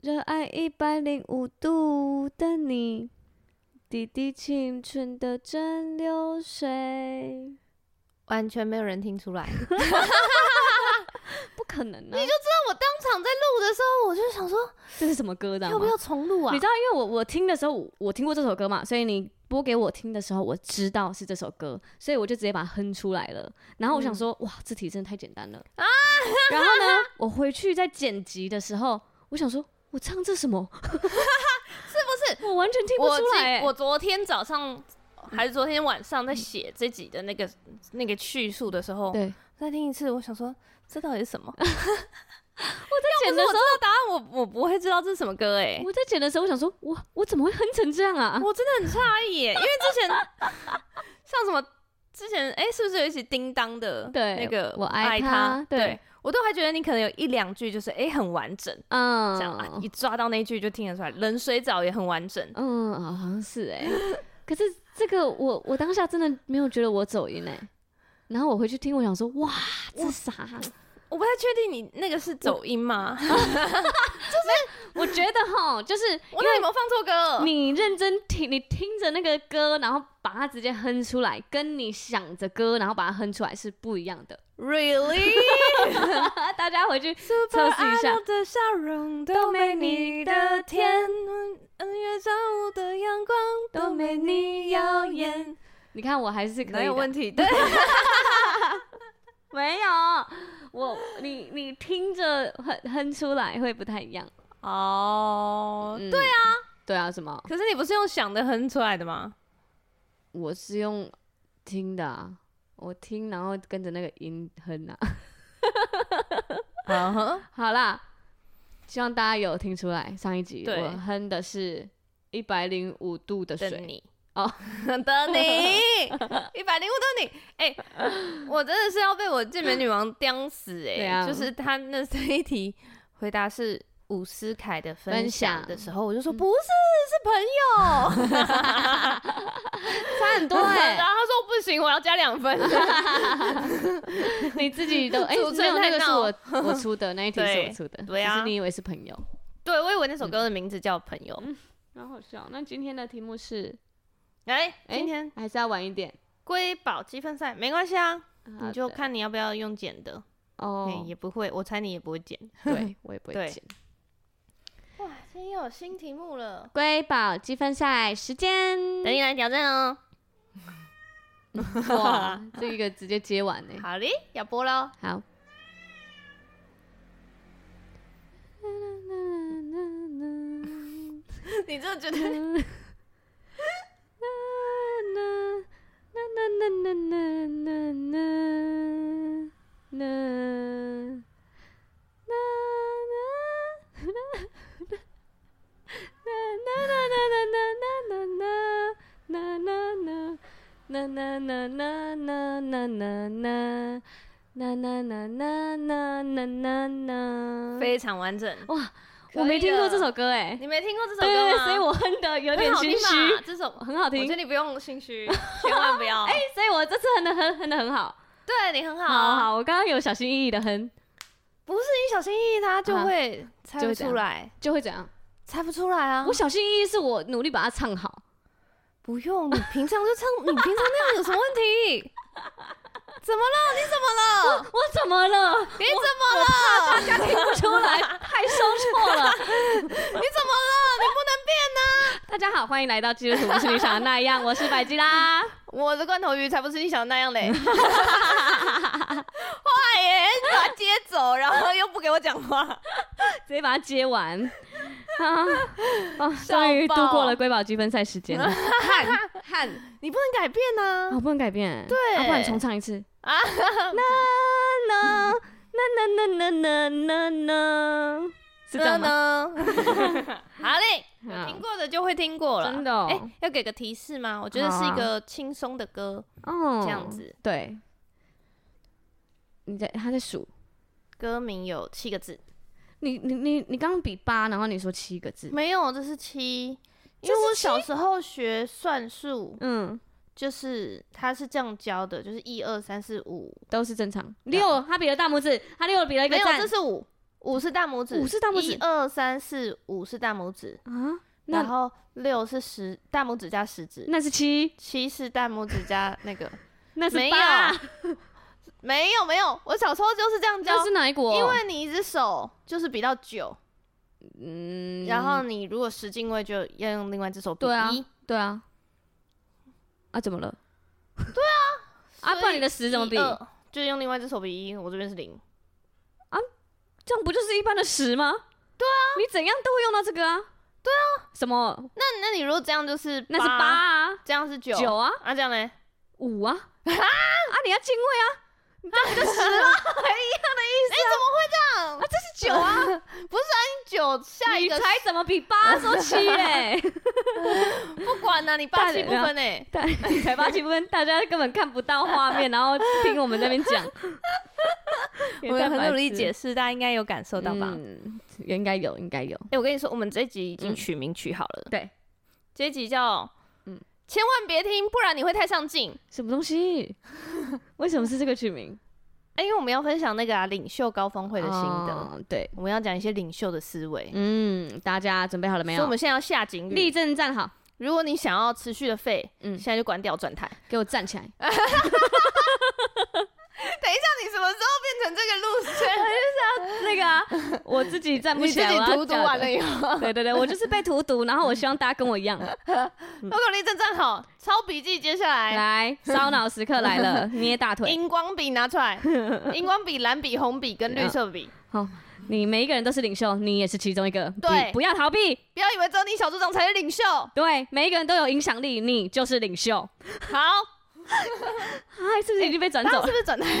热爱一百零五度的你，滴滴青春的蒸馏水，完全没有人听出来。不可能啊！那我当场在录的时候，我就想说，这是什么歌的？要不要重录啊你？知道，因为我我听的时候，我我听过这首歌嘛，所以你播给我听的时候，我知道是这首歌，所以我就直接把它哼出来了。然后我想说，哇，这题真的太简单了嗯 啊！然后呢，我回去在剪辑的时候，我想说，我唱这什 么？是 不是？我完全听不我出来、记欸。我昨天早上还是昨天晚上在写这集的那个那个叙述的时候，对，再听一次，我想说这到底是什 么？在剪可的是我时知道答案，我我不会知道这是什么歌哎、候，我在剪的时候，我想说，我我怎么会哼成这样啊？我真的很诧异欸耶，因为 之前像什么之前哎、是不是有一起叮当的对那个我爱爱他对对我都还觉得你可能有一两句就是哎、很完整，嗯，这样啊，一抓到那一句就听得出来，冷水澡也很完整。嗯，好像是哎、可是这个我我当下真的没有觉得我走音哎、然后我回去听，我想说哇，这啥啊、我不太确定你那个是走音吗？我觉得哈，就是我那有没有放错歌？你认真听，你听着那个歌，然后把它直接哼出来，跟你想着歌，然后把它哼出来是不一样的。 Really？大家回去测测试试一一下下。的笑容都没你的甜，恩怨上午的阳光都没你耀眼，你看我还是可没以有的。问题。对， 没有，我你你听着哼哼出来会不太一样。哦，对啊，对啊，什么？可是你不是用想的哼出来的吗？我是用听的、啊，我听然后跟着那个音哼啊。 啊哈，好啦，希望大家有听出来，上一集对我哼的是一百零五度的水等。你 哦，等你一百零五等你。哎，我真的是要被我健美女王刁死对哎！啊就是他那这一题回答是伍思凯的分分享嗯享的时候，我就说不是，是朋友。 差 很多然哎、后他说不行，我要加两 分。你自己 都哎，主持没人有那个太是闹我我出的那一题是对我出的，对啊只是你以为是朋友，对，我以为那首歌的名字叫《朋友》。好好笑。那今天的题目是，哎，哎今天还是要晚一点，瑰宝积分赛没关系啊，你你就看你要不要用剪的。哎，哦，也不会，我猜你也不会剪。对我也不会对剪。哇，今天又有新题目了，瑰宝积分赛时间，等你来挑战哦。哇，这个直接接 完呢、好嘞，要播喽。好。你真的觉得非常完整？哇，可以我没听过这了首歌哎、你没听过这首对对歌对，吗？所以我哼的有点很好心听虚吧，，这首我很好听觉得。你不用心虚， 千万不要。哎，所以我这次哼的哼哼的很好，对你很好好啊，好，我刚刚有小心翼翼的哼，不是你小心翼翼，他就啊会猜就不会这出样来，就会怎样？猜不出来啊我。小心翼翼是我努力把它唱好，不用，你平常就唱， 你平常那样有什么问题？ 怎么了？你怎么了？我怎么了？你怎么了？大家听不 出来，太受挫了。 你怎么了？你不能变啊呐、大家好，欢迎来到《基督徒不是你想的那样》，我是百吉啦。我的罐头鱼才不是你想的那样 嘞！坏耶，把他接走，然后又不给我讲话。直接把它接完。啊， 啊终于笑爆度过了瑰宝积分赛时间了， 汗汗，你不能改变呐、啊，不能改变，对啊不然重唱一次。啊！ 啦啦啦啦啦啦啦啦，嗯是这样吗？呢？ 好嘞，有好听过的就会听过了。真的哦哎、要给个提示吗？我觉得好是啊一个轻松的歌，哦，这样子。对，你在他在数，歌名有七个字。你你你你刚刚比八，然后你说七个字，没有，这是七，因这为是我小时候学算术，嗯，就是它是这样教的，就是一二三四五，都是正常。六，他比了大拇指，他六比了一个没有，赞这，是五，五是大拇指，五是大拇指一二三四五是大拇指，啊，然那后六是食大拇指加食指，那是七，七是大拇指加那个，那是没八，啊有没有没有，我小时候就是这样教那，是哪一国？因为你一只手就是比到九，嗯，然后你如果十进位就要用另外一只手比对啊一，，对啊，啊怎么了？对啊，啊所不然你以的十怎么一比？二就用另外一只手比一，我这边是零。这样不就是一般的十吗？对啊，你怎样都会用到这个啊。对啊，什么？那那你如果这样就是那是八啊，这样是九九啊，啊，这样嘞，五啊，啊啊你要进位啊，哎啊这是九 啊，九下一你个才怎么比八说七嘞？不管啊呢、你霸气不分哎、 但你才八七分，大家根本看不到画面，然后听我们在那边讲。 我们很努力解释释，大家应该有感受到吧？哎、嗯，应该有，应该有。哎、我跟你说，我们这一集已经嗯取名取好了，对，这一集叫嗯千万别听，不然你会太上进。什么东 西？为什么是这个取名？哎、因为我们要分享那个啊，领袖高峰会的心得，哦对，我们要讲一些领袖的思维。嗯，大家准备好了没所以有？我们现在要下警立语，正站好，如果你想要持续的废，嗯现在就关掉转台。给我站起来。那你什么时候变成这个路线？那个啊， 我自己啊站不 你起自来，己我要荼毒讲完了的以后，对对对，我就是被荼毒，然后我希望大家跟我一 样， 如果立正站好，抄笔记，接下来来烧脑时刻来了，捏大 腿。荧光笔拿出 来，荧光笔、蓝笔、红笔跟绿色笔，你每一个人都是领袖，你也是其中一个，对你不要逃避。不要以为只有你小组长才是 领袖。对，每一个人都有影响力，你就是领袖。好，哎，是不是已经被转他走是了？不是转台？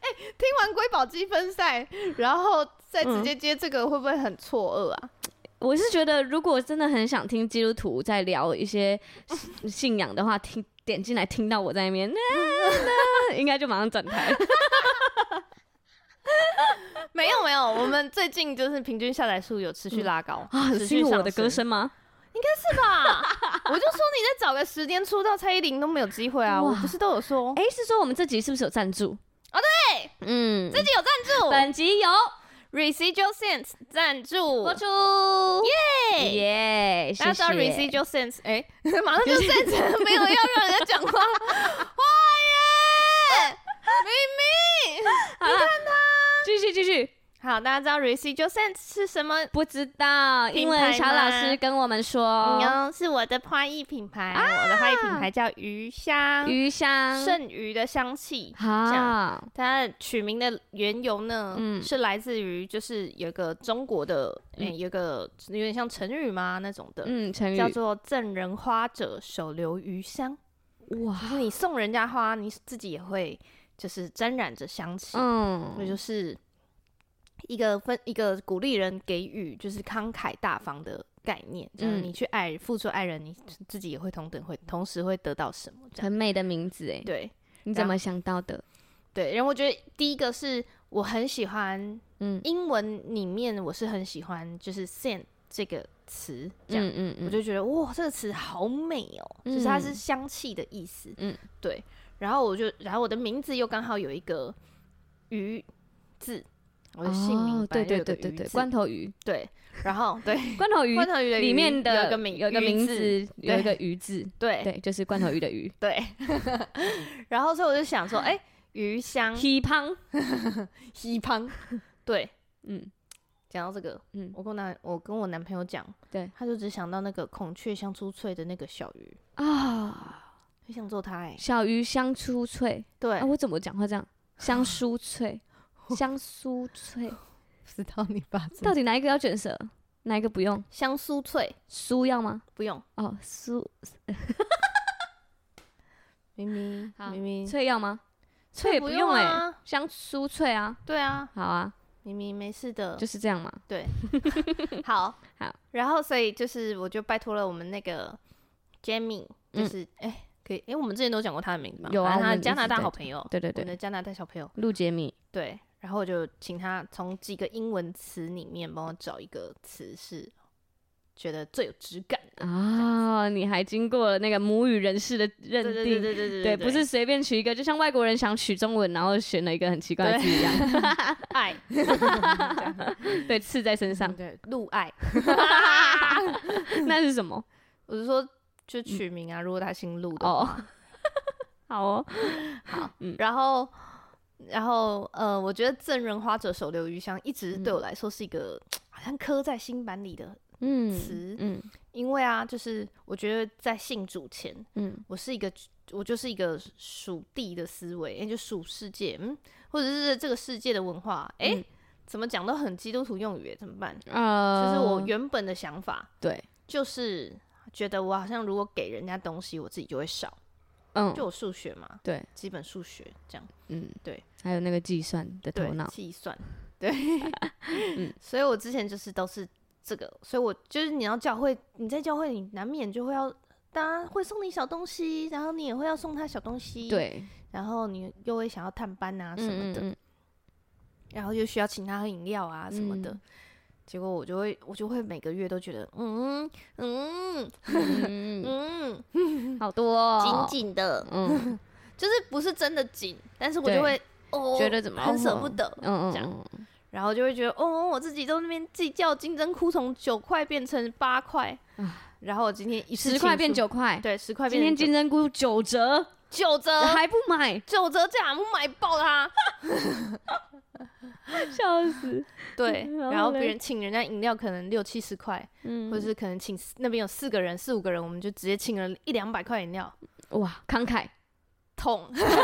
哎、听完瑰宝积分赛，然后再直接接这个，会不会很错愕啊？我是觉得，如果真的很想听基督徒在聊一些信仰的话，听点进来听到我在那边，啊应该就马上转 台。没有没有，我们最近就是平均下载数有持续拉高啊，持是续因为我上的歌升声吗？是吧？我就说你再找个时间出道，蔡依林都没有机会啊！哇我不是都有说，哎、是说我们这集是不是有赞助？哦对，嗯，自己有赞本集由助，Residual Sense 赞助播，出，耶耶，谢大家知道 r e c e i 谢。v 就 sense，哎、 马上就 sense，没有要让人家讲话。哇耶，明明，好了，继续继续。好，大家知道 r e c e i v 就 sense 是什么？不知道，因品牌为吗小老师跟我们说，嗯，是我的花艺品牌，我的花艺品牌叫鱼香，啊鱼香，剩余的香气。这好，它取名的缘由呢，嗯是来自于就是有一个中国的，哎、嗯有一个有点像成语嘛那种的，嗯，成语叫做“赠人花者，手留余香”。哇，就是你送人家花，你自己也会就是沾染着香气，那、嗯，就是一个分一个鼓励人给予，就是慷慨大方的概念。这样嗯你去爱付出爱人，你自己也会同等会同时会得到什么？这样很美的名字哎，对你怎么想到的？对。然后我觉得第一个是我很喜欢嗯英文里面，我是很喜欢就是 “send” 这个词，这样。嗯嗯嗯，我就觉得哇，这个词好美哦、就是它是嗯香气的意思。嗯嗯，对。然后我就，然后我的名字又刚好有一个鱼字，我的姓名哦本对来就对对有个鱼字、对对，罐头 鱼，对。然后对罐头鱼罐头鱼的鱼里面的有一个名有一个鱼名字字，对有一个鱼字，对对对，就是罐头鱼的鱼， 然后所以我就想说，哎、鱼香喜 胖，西旁，对。嗯，讲到这个，嗯嗯，我跟我男我跟我男朋友讲，对，他就只想到那个孔雀香酥脆的那个小鱼，啊，很想做它哎、小鱼香酥脆，对，啊，我怎么讲话这样？ 香酥脆，香酥脆，知道你吧？到底哪一个要卷舌？哪一个不用？香酥脆酥要吗？不用，哦，酥咪咪好咪咪脆要吗？脆也不用哎、啊香酥脆啊，对啊，好啊，明明没事的，就是这样嘛。 好，好。然后所以就是，我就拜托了我们那个 Jamie，就嗯是哎、可以哎、我们之前都讲过他的名字嘛，有啊反正我他们的加一直拿大在好讲朋友，对对我们对，的加拿大小朋友，陆杰米，对。然后我就请他从几个英文词里面帮我找一个词是觉得最有质感的。啊，你还经过了那个母语人士的认对对对定，对对对对，不是随便取一个，就像外国人想取中文，然后选了一个很奇怪的对字一样， 爱，嗯对，刺在身上，对，路 爱。嗯那是什么？我是说，就取名啊，如果他姓陆的话。哦， 好哦，然后，然后，呃，我觉得赠人花折手留余香，一直对我来说是一个好像刻在心板里的，嗯，词嗯因为啊，就是我觉得在信主前，嗯我是一个，我就是一个属地的思维，也就属世界，嗯，或者是这个世界的文化，哎、嗯怎么讲都很基督徒用语，怎么办？呃，就是我原本的想法对，就是觉得我好像如果给人家东西，我自己就会少，嗯就我数学嘛，对，基本数学这样，嗯对，还有那个计算的对头，脑，嗯计算， 对， 所以我之前就是都是这个，所以我就是你要教会，你在教会你难免就会要。大家会送你小东西，然后你也会要送他小东西，，对，然后你又会想要探班啊什么的，嗯嗯然后又需要请他喝饮料啊什么的。嗯结果我就会，我就会每个月都觉得，嗯嗯嗯嗯嗯，嗯，好多哦，紧紧的，嗯，就是不是真的紧，但是我对就会哦，觉得怎么很舍不得，嗯嗯这样嗯嗯，然后就会觉得哦，我自己都那边计较，金针菇从九块变成八块唉，然后我今天一次十块庆变祝，九块，对，十块今变天哦成金针菇九折，九九折，还不买，九折价，我买爆 它。笑 死，对， 然然后后别嘞人请人家饮料可能六七十块，嗯，或者是可能请四那边有四个人、四五个人，我们就直接请了一两百块饮料，哇，慷慨， 痛，就是真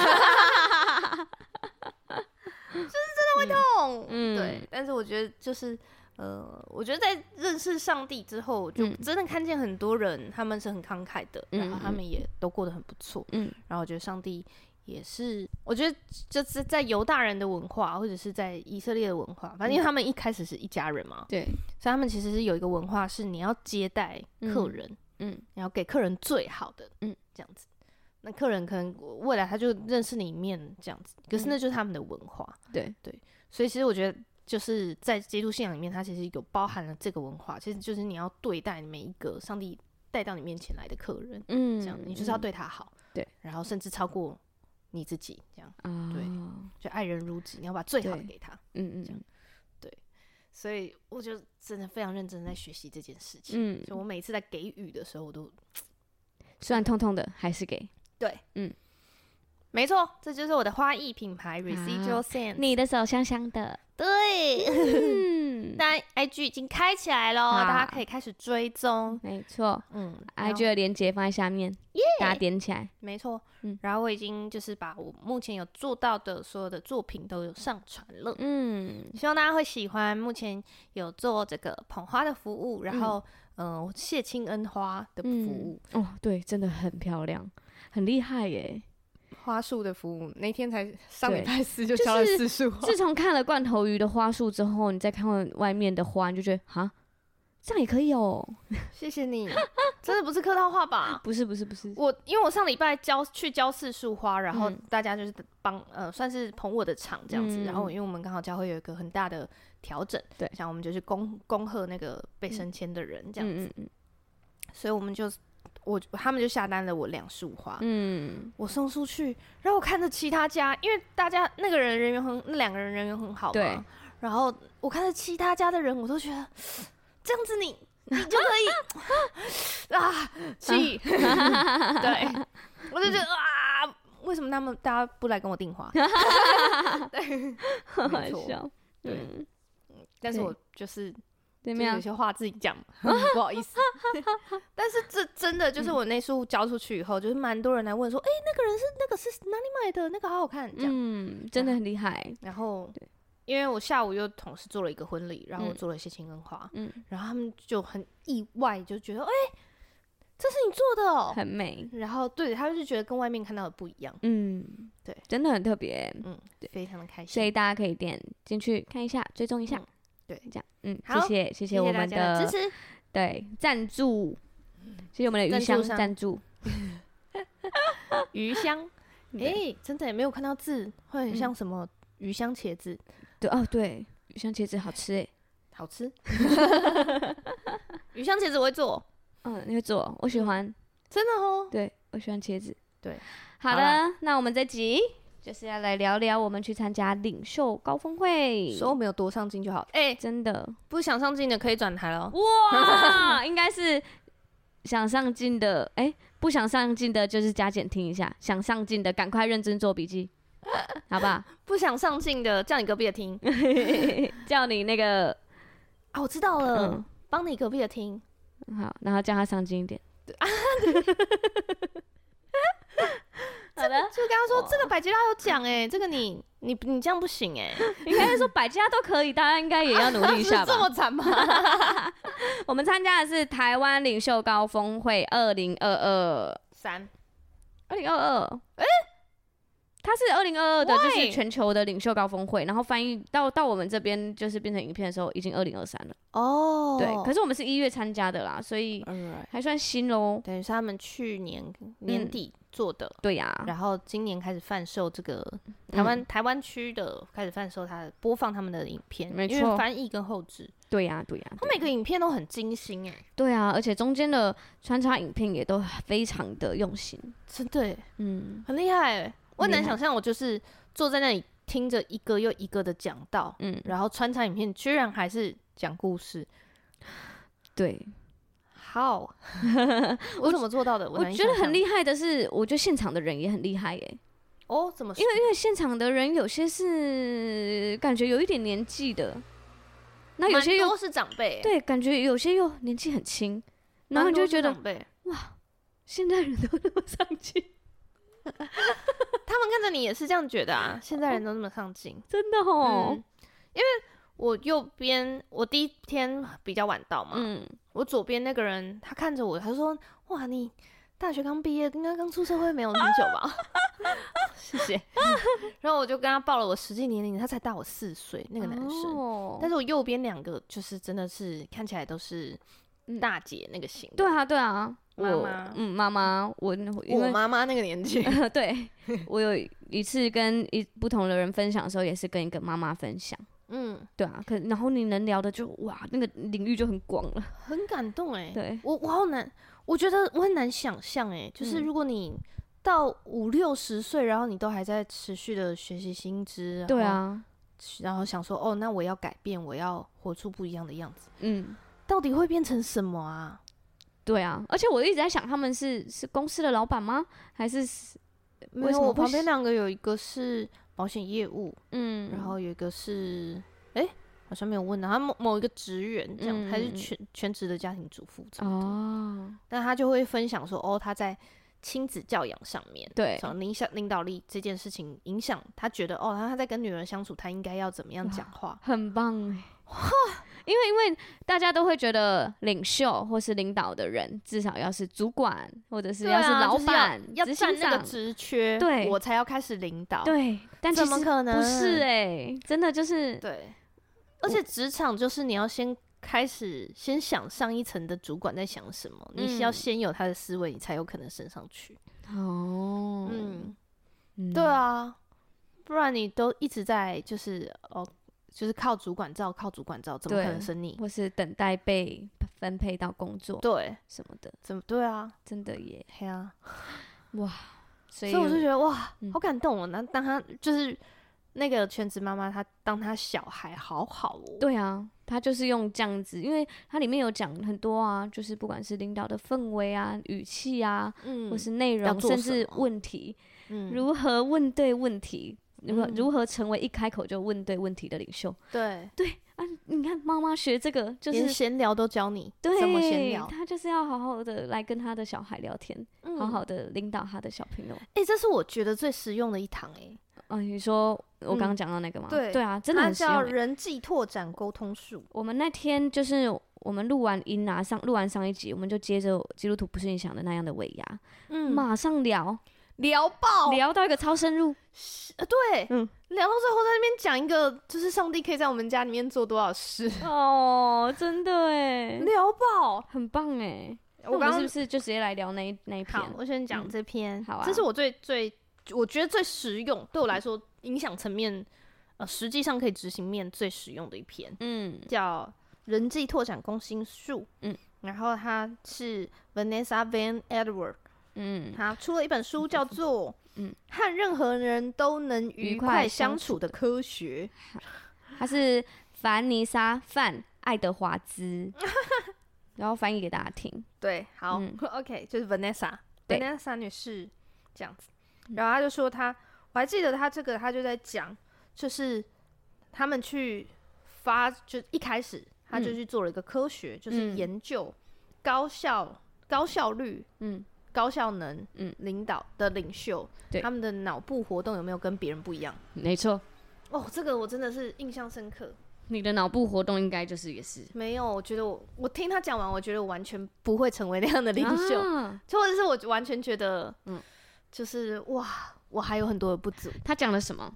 的会痛。嗯对。但是我觉得就是。呃，我觉得在认识上帝之后，就嗯真的看见很多人，他们是很慷慨的，嗯然后他们也都过得很不错。嗯，然后我觉得上帝也是，我觉得就是在犹大人的文化，或者是在以色列的文化，反正因为嗯他们一开始是一家人嘛，对，所以他们其实是有一个文化，是你要接待客嗯人，嗯你要给客人最好的，嗯嗯，这样子。那客人可能未来他就认识你一面这样子，可是那就是他们的文化，嗯对对。所以其实我觉得就是在基督信仰里面，它其实有包含了这个文化，其实就是你要对待每一个上帝带到你面前来的客人，嗯，这样你就是要对他好，对，然后甚至超过你自己，这样啊，对嗯就爱人如己，你要把最好的对给他。嗯这样所以我就真的非常认真地在学习这件事情。嗯，就我每次在给予的时候，我都虽然痛痛的，还是给对，嗯，没错，这就是我的花艺品牌 Residual 啊 Scent。你的手香香的，对， 嗯，那 IG 已经开起来喽，啊大家可以开始追踪。没错嗯然后，IG 的连接放在下面，大家点起来，没错嗯。然后我已经就是把我目前有做到的所有的作品都有上传了。嗯，希望大家会喜欢。目前有做这个捧花的服务，然后嗯、呃谢清恩花的服务，嗯，哦，对，真的很漂亮，很厉害 耶。花束的服务。那天才上对礼拜四就就交了是四束花，自从看了罐头鱼的花束之后，你再看外面的花，你就觉得哈，这样也可以哦。谢谢你，真的不是客套话吧？不是不是不是，我因为我上礼拜交去交四束花，然后嗯大家就是帮呃算是捧我的场这样子，嗯然后因为我们刚好教会有一个很大的调整，对像我们就是恭恭贺那个被升迁的人这样子，嗯嗯所以我们就我他们就下单了我两束花，嗯我送出去，然后我看着其他家，因为大家那个人人缘很那两个人人缘很好嘛，对，然后我看着其他家的人，我都觉得这样子你你就可 以 啊气，对，我就觉得啊，为什么他们大家不来跟我 订花？嗯，没好错笑。对嗯，啊但是对我就是怎就么是有样？些话自己讲， 不好意思。 但是这真的就是我那束交出去以后，就是蛮多人来问说，哎、那个人是那个是哪里买的？那个好好看，这样。嗯，真的很厉害。然后对因为我下午又同时做了一个婚礼，然后我嗯做了一些情人花，嗯，然后他们就很意外，就觉得哎、这是你做的哦、很美。然后对，他们就觉得跟外面看到的不一样，嗯，对，真的很特别，嗯，非常的开所心。以大家可以点进去看一下，追踪一下嗯。对这样，嗯，好谢谢谢谢我大们家的支持，嗯对赞助，谢谢我们的鱼赞助香商赞助。鱼香，哎、对真的也没有看到字，会很嗯像什么鱼香茄子，对哦，对，鱼香茄子好吃诶。好吃。鱼香茄子我会做，嗯，你会做，我喜欢，真的哦。对我喜欢茄子。对，好好的啦，那我们这集就是要来聊聊我们去参加领袖高峰会，所以我们有多上进就好。哎、真的不想上进的可以转台了哦。哇， 应该是想上进的，哎、不想上进的就是加减听一下，想上进的赶快认真做笔记， 好不好？ 不想上进的叫你隔壁的听叫你那个，啊，我知道了嗯，帮、你隔壁的听。好，然后叫他上进一点。好的， 就跟他说哦这个百吉拉有讲哎、这个你你你这样不 行哎、应该是说百家都可以，大家应该也要努力一 下吧。这么惨吗？我们参加的是台湾领袖高峰会二零二二，三二零二二，哎，它是二零二二的，就 Why？是全球的领袖高峰会，然后翻译到到我们这边就是变成影片的时候，已经二零二三了。哦对，可是我们是一月参加的啦，所以 Alright 还算新喽。等于是他们去年年底做的，对呀、然后今年开始贩售这个台湾、台湾区的开始贩售它的播放他们的影片，没因错为翻译跟后置，对呀、对呀、它每个影片都很精心哎、对呀、而且中间的穿插影片也都非常的用心。真的、欸、嗯很厉害、欸，我很厉难害想象我就是坐在那里听着一个又一个的讲道，嗯，然后穿插影片，居然还是讲故事。对， How？我怎么做到的？我难以觉得想象很厉害的是，我觉得现场的人也很厉害耶、哦，怎么说？因为因为现场的人有些是感觉有一点年纪的，那有些蛮又多是长辈欸，对，感觉有些又年纪很轻，然蛮后你就多会是觉得长辈现在人都那么上进，他们看着你也是这样觉得啊。现在人都那么上进真的哦哦，，因为我右边我第一天比较晚到嘛，嗯我左边那个人他看着我，他说：“哇，你大学刚毕业，应该刚出社会没有很久吧？” 谢谢。 然后我就跟他报了我实际年龄，他才大我四岁，那个男生。哦但是我右边两个就是真的是看起来都是嗯大姐那个型的，对啊，对啊，我妈妈嗯，妈妈，我因为妈妈那个年纪 对我有一次跟一不同的人分享的时候，也是跟一个妈妈分享， 嗯，对啊，可然后你能聊的就哇，那个领域就很广了，很感动哎、对，我我好难，我觉得我很难想象哎、就是嗯如果你到五六十岁，然后你都还在持续的学习新知，对，啊，然后想说哦，那我要改变，我要活出不一样的样子，嗯，到底会变成什么啊？对啊，而且我一直在想，他们是是公司的老板吗？还是是没为什有，么我不旁边行两个有一个是保险业务，嗯，然后有一个是，哎、好像没有问到他某某一个职员这样，嗯他是嗯嗯全全职的家庭主妇这样。哦，哦，那他就会分享说，哦，他在亲子教养上面，对从领导领导力这件事情影响他觉得，哦，他他在跟女人相处，他应该要怎么样讲话？很棒哎、因为因为大家都会觉得领袖或是领导的人，至少要是主管或者是对要是啊老就是板、要执占行那长个，职缺，对我才要开始领导，对，但其怎么实可能？不是哎、真的就是对，而且职场就是你要先开始先想上一层的主管在想什么，你是要嗯先有他的思维，你才有可能升上去。哦，嗯，嗯对，啊，不然你都一直在就是哦，就是靠主管照，靠主管照，怎么可对能升你？或是等待被分配到工作对，什么的，怎么对啊？真的耶，嘿啊，所所以以我就觉得哇嗯，好感动哦。那当他就是那个全职妈妈，她当她小孩好好哦。对啊，他就是用这样子，因为它里面有讲很多啊，就是不管是领导的氛围啊、语气啊，嗯，或是内要容，做甚什至么问题，嗯，如何问对问题，如何嗯如何成为一开口就问对问题的领袖对，啊？你看妈妈学这个就连是。闲聊都教你对，怎么闲聊。他就是要好好的来跟他的小孩聊天，嗯好好的领导他的小朋友。哎、这是我觉得最实用的一堂哎、欸，啊，你说我刚嗯刚讲到那个吗？对对啊，真的它很实用叫欸人际拓展沟通术。我们那天就是我们录完音啊，上录完上一集，我们就接着基督徒不是你想的那样的尾牙，嗯马上聊、聊爆，聊到一个超深入，呃对，嗯聊到最后在那边讲一个，就是上帝可以在我们家里面做多少事，哦，真的哎，聊爆。很棒哎。那我我刚们刚是不是就直接来聊那一那一篇好？，我先讲这篇，好啊这是我最最我觉得最实用，对我来说影响层面，呃，实际上可以执行面最实用的一篇，嗯叫人际拓展攻心术。嗯，然后他是 Vanessa Van Edward，嗯，他出了一本书叫做《 嗯和任何人都能愉愉快快相相处的科学》。他是凡妮莎·范爱德华 兹，然后翻译给大家听。对，好、 嗯 o k 就是对嗯 Vanessa，Vanessa 女士这样子。然后他就说他，我还记得他这个，他就在讲，就是他们去发，就一开始他就嗯去做了一个科学，就是嗯研究高效、高效率、嗯高效能、嗯领导的领袖，对他们的脑部活动有没有跟别人不一样？没错，哦，这个我真的是印象深刻。你的脑部活动应该就是也是没有，我觉得我我听他讲完，我觉得我完全不会成为那样的领袖。啊就 或者是我完全觉得，嗯嗯，就是哇，我还有很多的不足。他讲了什么？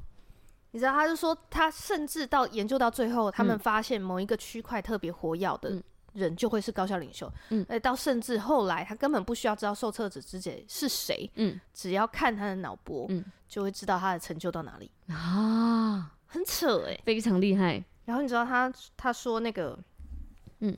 你知道，他就说他甚至到研究到最后，他们嗯发现某一个区块特别活跃的嗯人就会是高效领袖。嗯而到甚至后来他根本不需要知道受测者之姐是谁，嗯只要看他的脑波，嗯就会知道他的成就到哪里。啊，很扯哎、非常厉害。然后你知道他他说那个，嗯，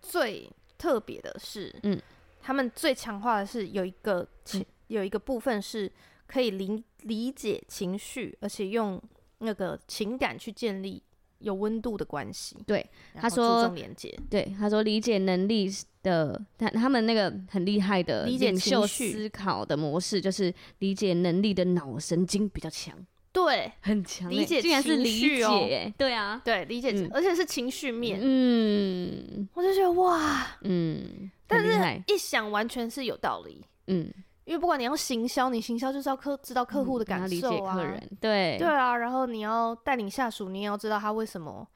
最特别的是，嗯，他们最强化的是有一个情、有一个部分是可以理理解情绪，而且用那个情感去建立有温度的关系。对然他后说注重连接，对，他说理解能力的，他他们那个很厉害的理解领情袖绪思考的模式，就是理解能力的脑神经比较强，对很强欸、理解竟然是情理绪解、哦欸，对啊，对，理解，嗯而且是情绪面，嗯我就觉得哇，嗯，但很厉害是一想完全是有道理。嗯，因为不管你要行销，你行销就是要客知道客户的你嗯要感理受解啊，客人，对对啊，然后你要带领下属，你也要知道他为什么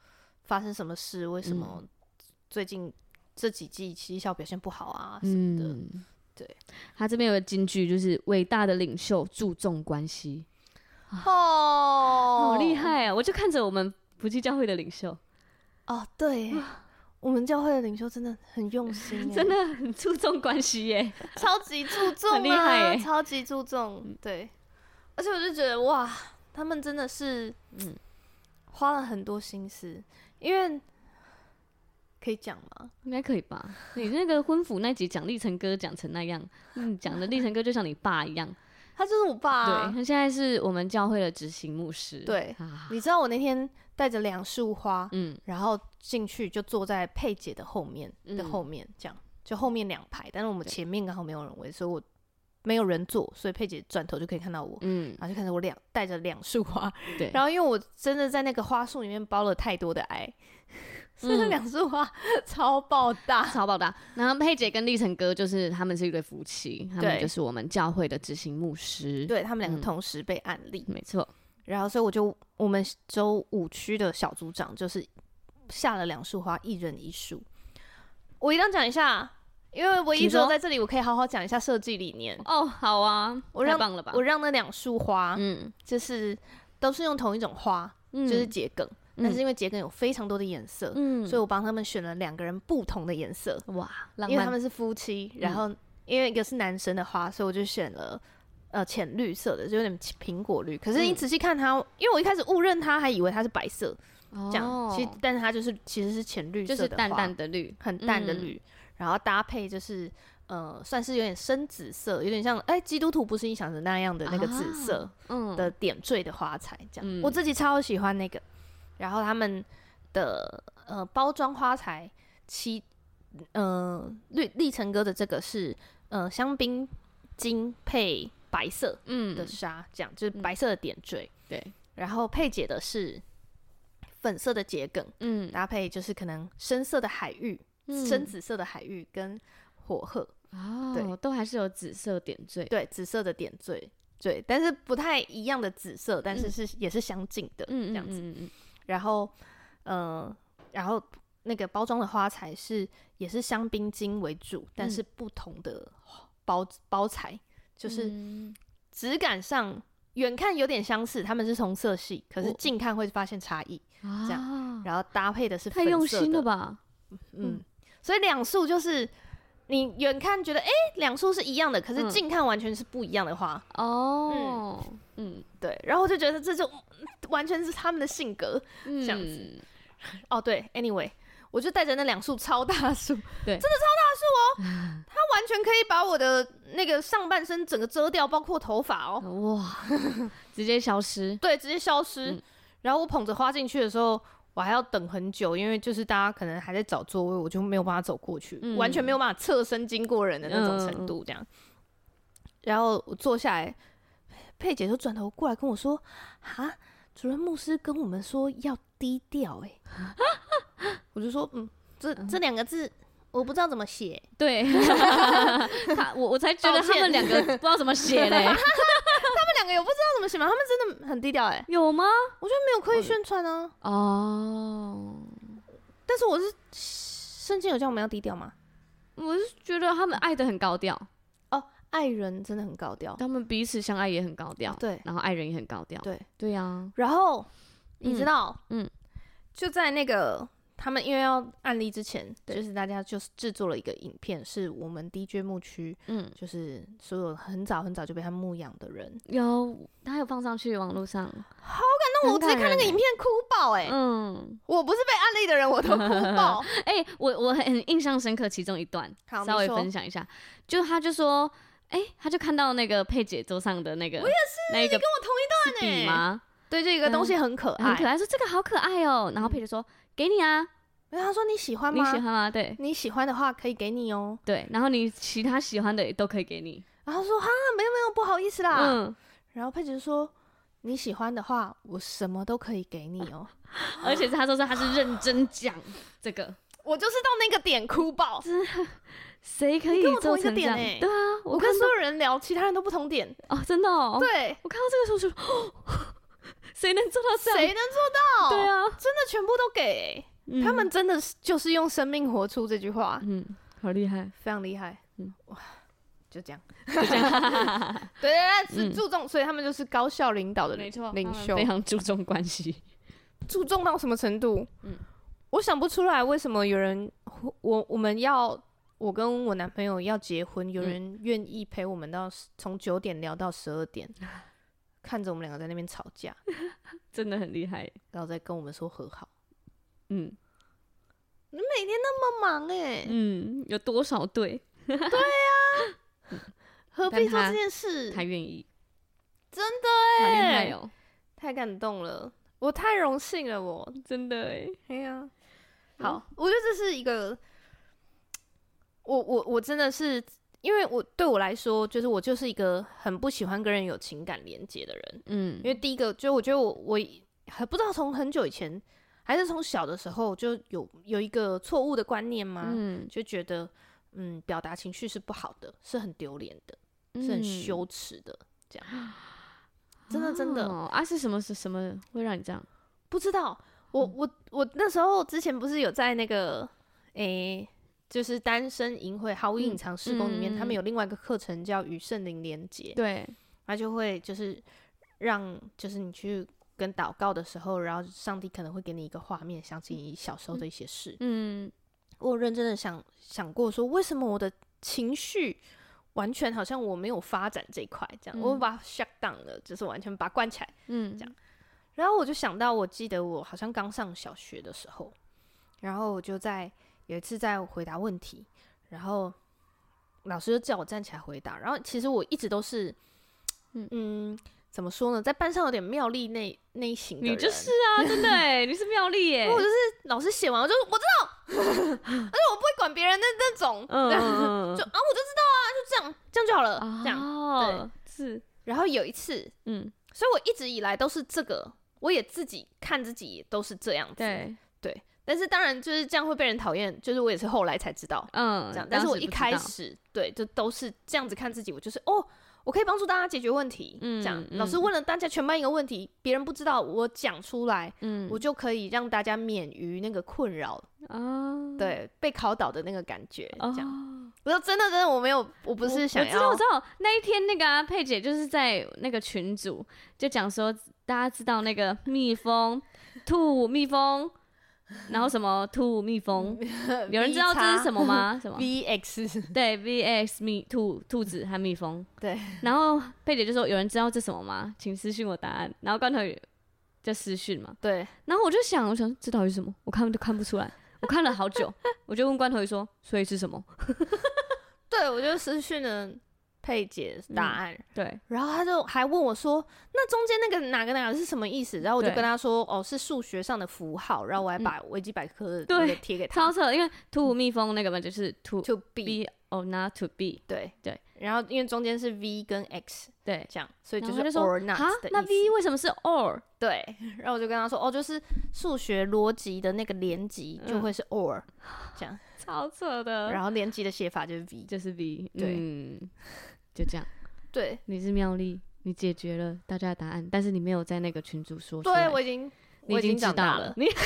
发生什么事，为什嗯么最近这几季绩效表现不好啊什么的。嗯，对。他这边有个金句，就是伟大的领袖注重关系，哦好厉！害啊！我就看着我们福气教会的领袖，哦，对耶，我们教会的领袖真的很用心耶，啊 真的很注重关系耶。超级注重、啊，很厉害耶嗯超级注重。对，而且我就觉得哇，他们真的是嗯嗯，花了很多心思，因为可以讲吗？应该可以吧？你那个婚服那集讲立成哥讲成那样，嗯，讲的立成哥就像你爸一样。他就是我爸、啊，对，他现在是我们教会的执行牧师。对啊，你知道我那天带着两束花，嗯然后进去就坐在佩姐的后面嗯的后面，这样就后面两排，但是我们对前面刚好没有人围，所以我没有人坐，所以佩姐转头就可以看到我，嗯，然后就看到我两带着两束花， 对然后因为我真的在那个花束里面包了太多的爱， 所以那嗯两束花 超爆 大，超爆炸。然后佩姐跟立成哥就是他们是一对夫妻，他对们就是我们教会的执行牧师。，对他们两个嗯同时被案例，没错。然后所以我就我们周五区的小组长就是下了两束花，一人一束。我一定要讲一下，因为唯一请只有说在这里我可以好好讲一下设计理念。哦，好啊，我太让棒了吧？我让那两束花、嗯，就是都是用同一种花，就就是桔梗，但是因为桔梗有非常多的颜色，嗯所以我帮他们选了两个人不同的颜色，哇，浪因为他漫，嗯们是夫妻，然后因为一个是男生的花，所以我就选了呃浅绿色的，就有点苹果绿。可是你嗯仔细看它，因为我一开始误认它，还以为它是白色，哦这样，其实但是它就是其实是浅绿色就的是淡花淡的绿，很淡的嗯绿，然后搭配就是呃算是有点深紫色，有点像哎、基督徒不是你想的那样的那个紫色，啊嗯的点缀的花材，这样、嗯我自己超喜欢那个。然后他们的呃包装花材，其呃绿立成哥的这个是呃香槟金配白色嗯的纱，这样、就是嗯白色的点缀。对，然后佩姐的是粉色的桔梗，嗯搭配就是可能深色的海芋、深紫色的海芋跟火鹤，对哦，都还是有紫色点缀，对紫色的点缀。对，但是不太一样的紫色，但是是、也是相近的，嗯这样子。嗯嗯然后，呃，然后那个包装的花材是也是香槟金为主，但嗯是不同的包包材，就是嗯质感上远看有点相似，他们是同色系，可是我近看会发现差异。嗯这样然后搭配的是太粉用色心的了，吧？嗯，所以两束就是。你远看觉得，哎、两束是一样的，可是嗯近看完全是不一样的花。哦，嗯，对，然后我就觉得嗯这就完全是他们的性格，这嗯样子哦，对，anyway，我就带着那两束超大束，对真的超大束哦，它完全可以把我的那个上半身整个遮掉，包括头发哦，哇， 直接消失。对，直接消失。嗯然后我捧着花进去的时候，我还要等很久，因为就是大家可能还在找座位，我就没有办法走过去，嗯完全没有办法侧身经过人的那种程度，这样。然后我坐下来，佩姐就转头过来跟我说：“啊，主任牧师跟我们说要低调、欸， 哎。”我就说：“嗯，这这两个字我不知道怎么写。”对， 他我我才觉得抱他歉们两个不知道怎么 写嘞，他们两个也不知道怎么写吗？他们真的很低调哎、 有吗？我觉得没有刻意宣传啊。哦，但是我是圣经有叫我们要低调吗？我是觉得他们爱的很高调，爱人真的很高调，他们彼此相爱也很高调，哦对然后爱人也很高调，对。对呀，然后嗯你知道，嗯就在那个他们因为要案例之前，对就是大家就是制作了一个影片，是我们 DJ 牧区，嗯，就是所有很早很早就被他牧养的人。有他有放上去网络上，那我很直感接看那个人影片哭爆哎、嗯，欸我不是被案例的人，我都哭 爆。哎、我我很印象深刻其中一段，好稍你微说分享一下。就他就说，哎、他就看到那个佩姐桌上的那个，我也是，那个跟我同一我段欸笔吗？对这个东西很可嗯很爱，可爱，说这个好可爱哦、然后佩姐说，给你啊，然后他说你喜欢你吗？喜欢吗？对你喜欢的话可以给你哦。对，然后你其他喜欢的也都可以给你。然后他说哈没有没有不好意思啦，嗯，然后佩姐说：“你喜欢的话，我什么都可以给你哦。而且他说是他是认真讲这个，”我就是到那个点哭爆。 谁可你以跟我做同一个成这点样？欸对啊，我我看跟所到有人聊，其他人都不同点。哦，真的哦、对，我看到这个时候就， 谁能做到这谁样？能做到？对，啊，真的全部都给欸、嗯他们真的是就是用生命活出这句话，嗯，好厉害。非常厉害。嗯嗯，哇，就这样，就这样。 对对对，嗯是注重，所以他们就是高效领导的没错，领他们袖非，常注重关系。注重到什么程度？嗯我想不出来为什么有人我我们要我跟我男朋友要结婚，有嗯人愿意陪我们到十从九点聊到十 二点，看着我们两个在那边吵架，真的很厉害。然后再跟我们说和好。嗯你每天那么忙哎、嗯，有多少对何但必做他这件事？他愿意？真欸的好厉害哦，太感动了，我太荣幸了我，真的哎，哎呀，好，我觉得这是一个，我我我真的是，因为我对我来说，就是我就是一个很不喜欢跟人有情感连接的人，嗯因为第一个，就我觉得我我很不知道从很久以前，还是从小的时候就有有一个错误的观念嘛，嗯就觉得嗯，表达情绪是不好的，是很丢脸的，嗯是很羞耻的，这样，真的真的，哦啊！是什么是什么会让你这样？不知道，我嗯我我那时候之前不是有在那个诶、就是单身淫会毫无隐藏施工里面，嗯他们有另外一个课程叫与圣灵连接，对，他就会就是让就是你去跟祷告的时候，然后上帝可能会给你一个画面，想起你小时候的一些事。嗯我有认真的想想过说，为什么我的情绪。完全好像我没有发展这一块，这嗯样、我把它 shut down 了，就是完全把它关起来。嗯，这样然后我就想到，我记得我好像刚上小学的时候，然后我就在有一次在回答问题，然后老师就叫我站起来回答。然后其实我一直都是，嗯嗯怎么说呢，在班上有点妙丽那那一型的你人就是啊，真的哎，你是妙丽耶因 为，我就是老师写完，我就我知道， 而且我不会管别人的那种，嗯就嗯嗯啊 我就知道啊，就这样这样就好了，嗯，这样。哦，是，然后有一次，嗯，所以我一直以来都是这个，我也自己看自己也都是这样子，对，但是当然就是这样会被人讨厌，就是我也是后来才知道嗯这样，，但是我当时一不知开道，始对就都是这样子看自己，我就是哦，我可以帮助大家解决问题，嗯这样嗯老师问了大家全班一个问题，别人不知道我讲出来，嗯我就可以让大家免于那个困扰，啊，对被考倒的那个感觉，哦，这样。我说真的真的我没有，我不是想我知道，要我知道那一天那个啊，佩姐就是在那个群组就讲说，大家知道那个蜜蜂、兔、蜜蜂，然后什么兔、蜜蜂，有人知道这是什么吗？什么？ V X 对，VX 蜜兔兔子和蜜蜂。对， 然后佩姐就说：“有人知道这什么吗？请私信我答案。”然后罐头也就私讯嘛，对， 然后我就想，我想这到底是什么？我看都看不出来，我看了好久， 我就问罐头鱼说，所以是什么？对，我就私讯了佩姐答案，对，然后他就还问我说：“那中间那个哪个哪个是什么意思？”然后我就对嗯跟他说：“哦，是数学上的符号。”然后我还把维基百科的对那个贴 给他超扯，因为吐蜜蜂那个嘛，就是 to ，to be be or not to be，对对。然后因为中间是 v 跟 x 对。这样，所以然就后是他就 or 说，哈 not 的，那意思。 V 为什么是 or？对，然后我就跟他说：“哦，就是数学逻辑的那个连级嗯就会是 or，、这样，超扯的，然后连级的写法就是 v。就是 V，对嗯，就这样。”对，你是妙丽，你解决了大家的答案，但是你没有在那个群组说出来对我已经你我已经知长道大了了，，你 我已经知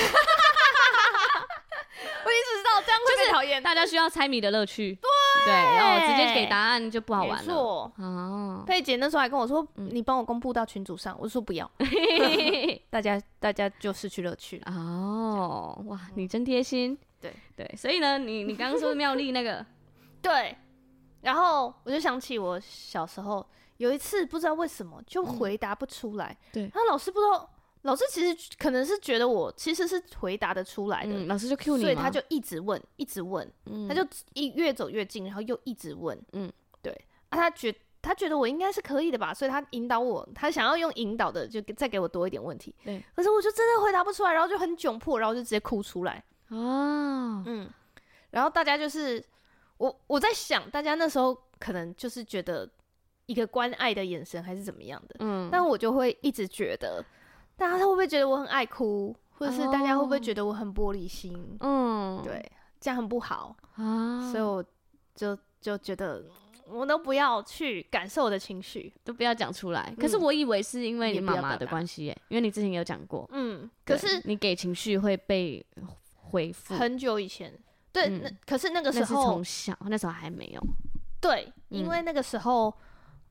道这样会被讨厌，大家需要猜谜的乐趣，对对，然后直接给答案就不好玩没了。错。哦， 佩姐那时候还跟我说：“嗯你帮我公布到群组上。”我说：“不要，大家大家就失去乐趣了。哦，哇，你真贴心。嗯对对，所以呢，你你刚刚说妙丽那 个，”对，然后我就想起我小时候有一次，不知道为什么就回答不出来。嗯对然后老师不知道，老师其实可能是觉得我其实是回答得出来的，嗯，老师就 Q 你嗯吗，所以他就一直问，一直问，他就一越走越近，然后又一直问，嗯嗯，对，啊，他觉他觉得我应该是可以的吧，所以他引导我，他想要用引导的，就给再给我多一点问题，对，可是我就真的回答不出来，然后就很窘迫，然后就直接哭出来，哦，嗯，然后大家就是我我在想，大家那时候可能就是觉得一个关爱的眼神还是怎么样的，嗯，但我就会一直觉得，大家会不会觉得我很爱哭，或者是大家会不会哦觉得我很玻璃心？嗯，对，这样很不好，啊，所以我就就觉得我都不要去感受我的情绪，都不要讲出来。可是嗯我以为是因为你也不妈要妈表的达关系耶，因为你之前也有讲过，嗯，可对是你给情绪会被回复，很久以前，对，嗯那可是那个那时是候从，小，那时候还没有，对，嗯因为那个时候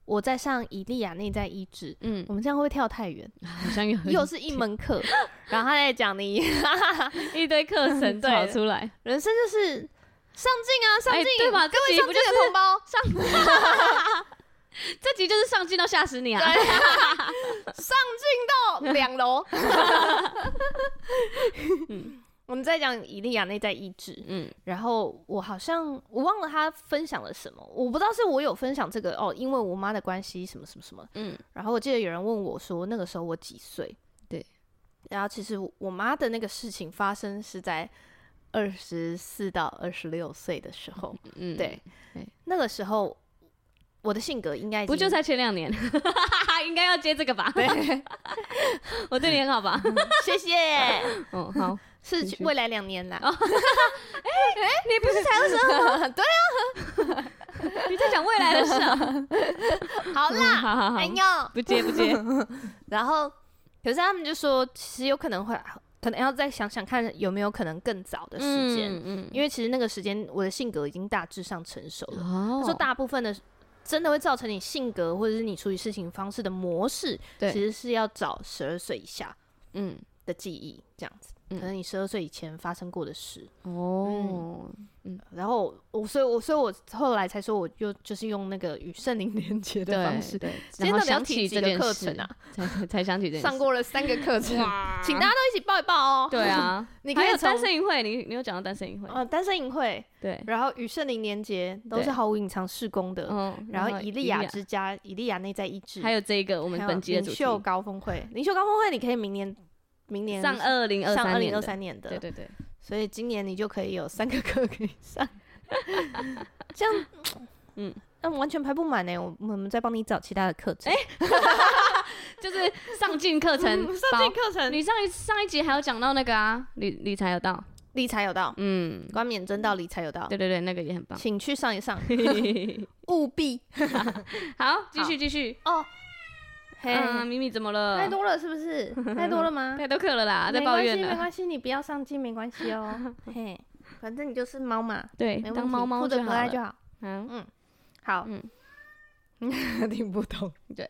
我在上以利亚内在医治。嗯，我们这样会不会跳太远？ 好像有又是一门课，然后他在讲你 一堆课 程对跑出来，人生就是上进啊，上哎进、对吧各这位集上不进就的是同胞，这集就是上进到吓死你啊！ 上进到两楼。 我们在讲以利亚内在医治，嗯，然后我好像我忘了他分享了什么，我不知道是我有分享这个哦，因为我妈的关系什么什么什么，嗯嗯，然后我记得有人问我说那个时候我几岁，对，然后其实我我妈的那个事情发生是在二十四到二十六岁的时候，嗯，对，对那个时候我的性格应该已不经就才前两年， 应该要接这个吧？ 对，我对你很好吧？谢谢，哦，好，是继续未来两年啦，哦哎你不是才二十二 吗？对啊， 你在讲未来的事 啊？好啦，嗯 好好好哎，呦，不接不 接，然后可是他们就说，其实有可能会，可能要再想想看有没有可能更早的时间，嗯，因为其实那个时间我的性格已经大致上成熟了。哦他说大部分的真的会造成你性格或者是你处理事情方式的模式，对其实是要找十二岁以下嗯，的记忆这样子，嗯可能你十二岁以前发生过的事。哦，然后我，所以我，所以我后来才说，我就就是用那个与圣灵连接的方式，对，今然天后到底要想提起几这个件课事程啊， 才才想起这件事。上过了三个课程，请大家都一起抱一抱哦。 对 啊，你可还以有从单身淫会，你你有讲到单身淫会，呃，单身淫会，对，然后与圣灵连结都是对毫无隐藏事工的，嗯，然后以利亚之家，以利亚内在医治，还有这个我我们本集的主领题，袖高峰会，领袖高峰会你可以明年，明年上二零二上三二年零的二，三年的，对对对，所以今年你就可以有三个课可以上， 这样，嗯嗯， 那完全排不满欸呢，我我们再帮你找其他的课程，哎， 就是上进课程包。课程你嗯上一上一集还有讲到那个啊，理理财有道，理财有道，嗯，冠冕真道理财有道，对对啊对，那个也很棒。请去上一上，务必 好，继续继续。哦，嘿，啊，米米怎么了？嗯太多了是 不是？太多了吗？太多课了啦，啊在没抱关怨系，没了。关系，你不要上进，没关系哦。 嘿，反正你就是猫嘛，对，没问当题猫猫哭就的可好爱了。就好。嗯，好，嗯， 听不懂。对，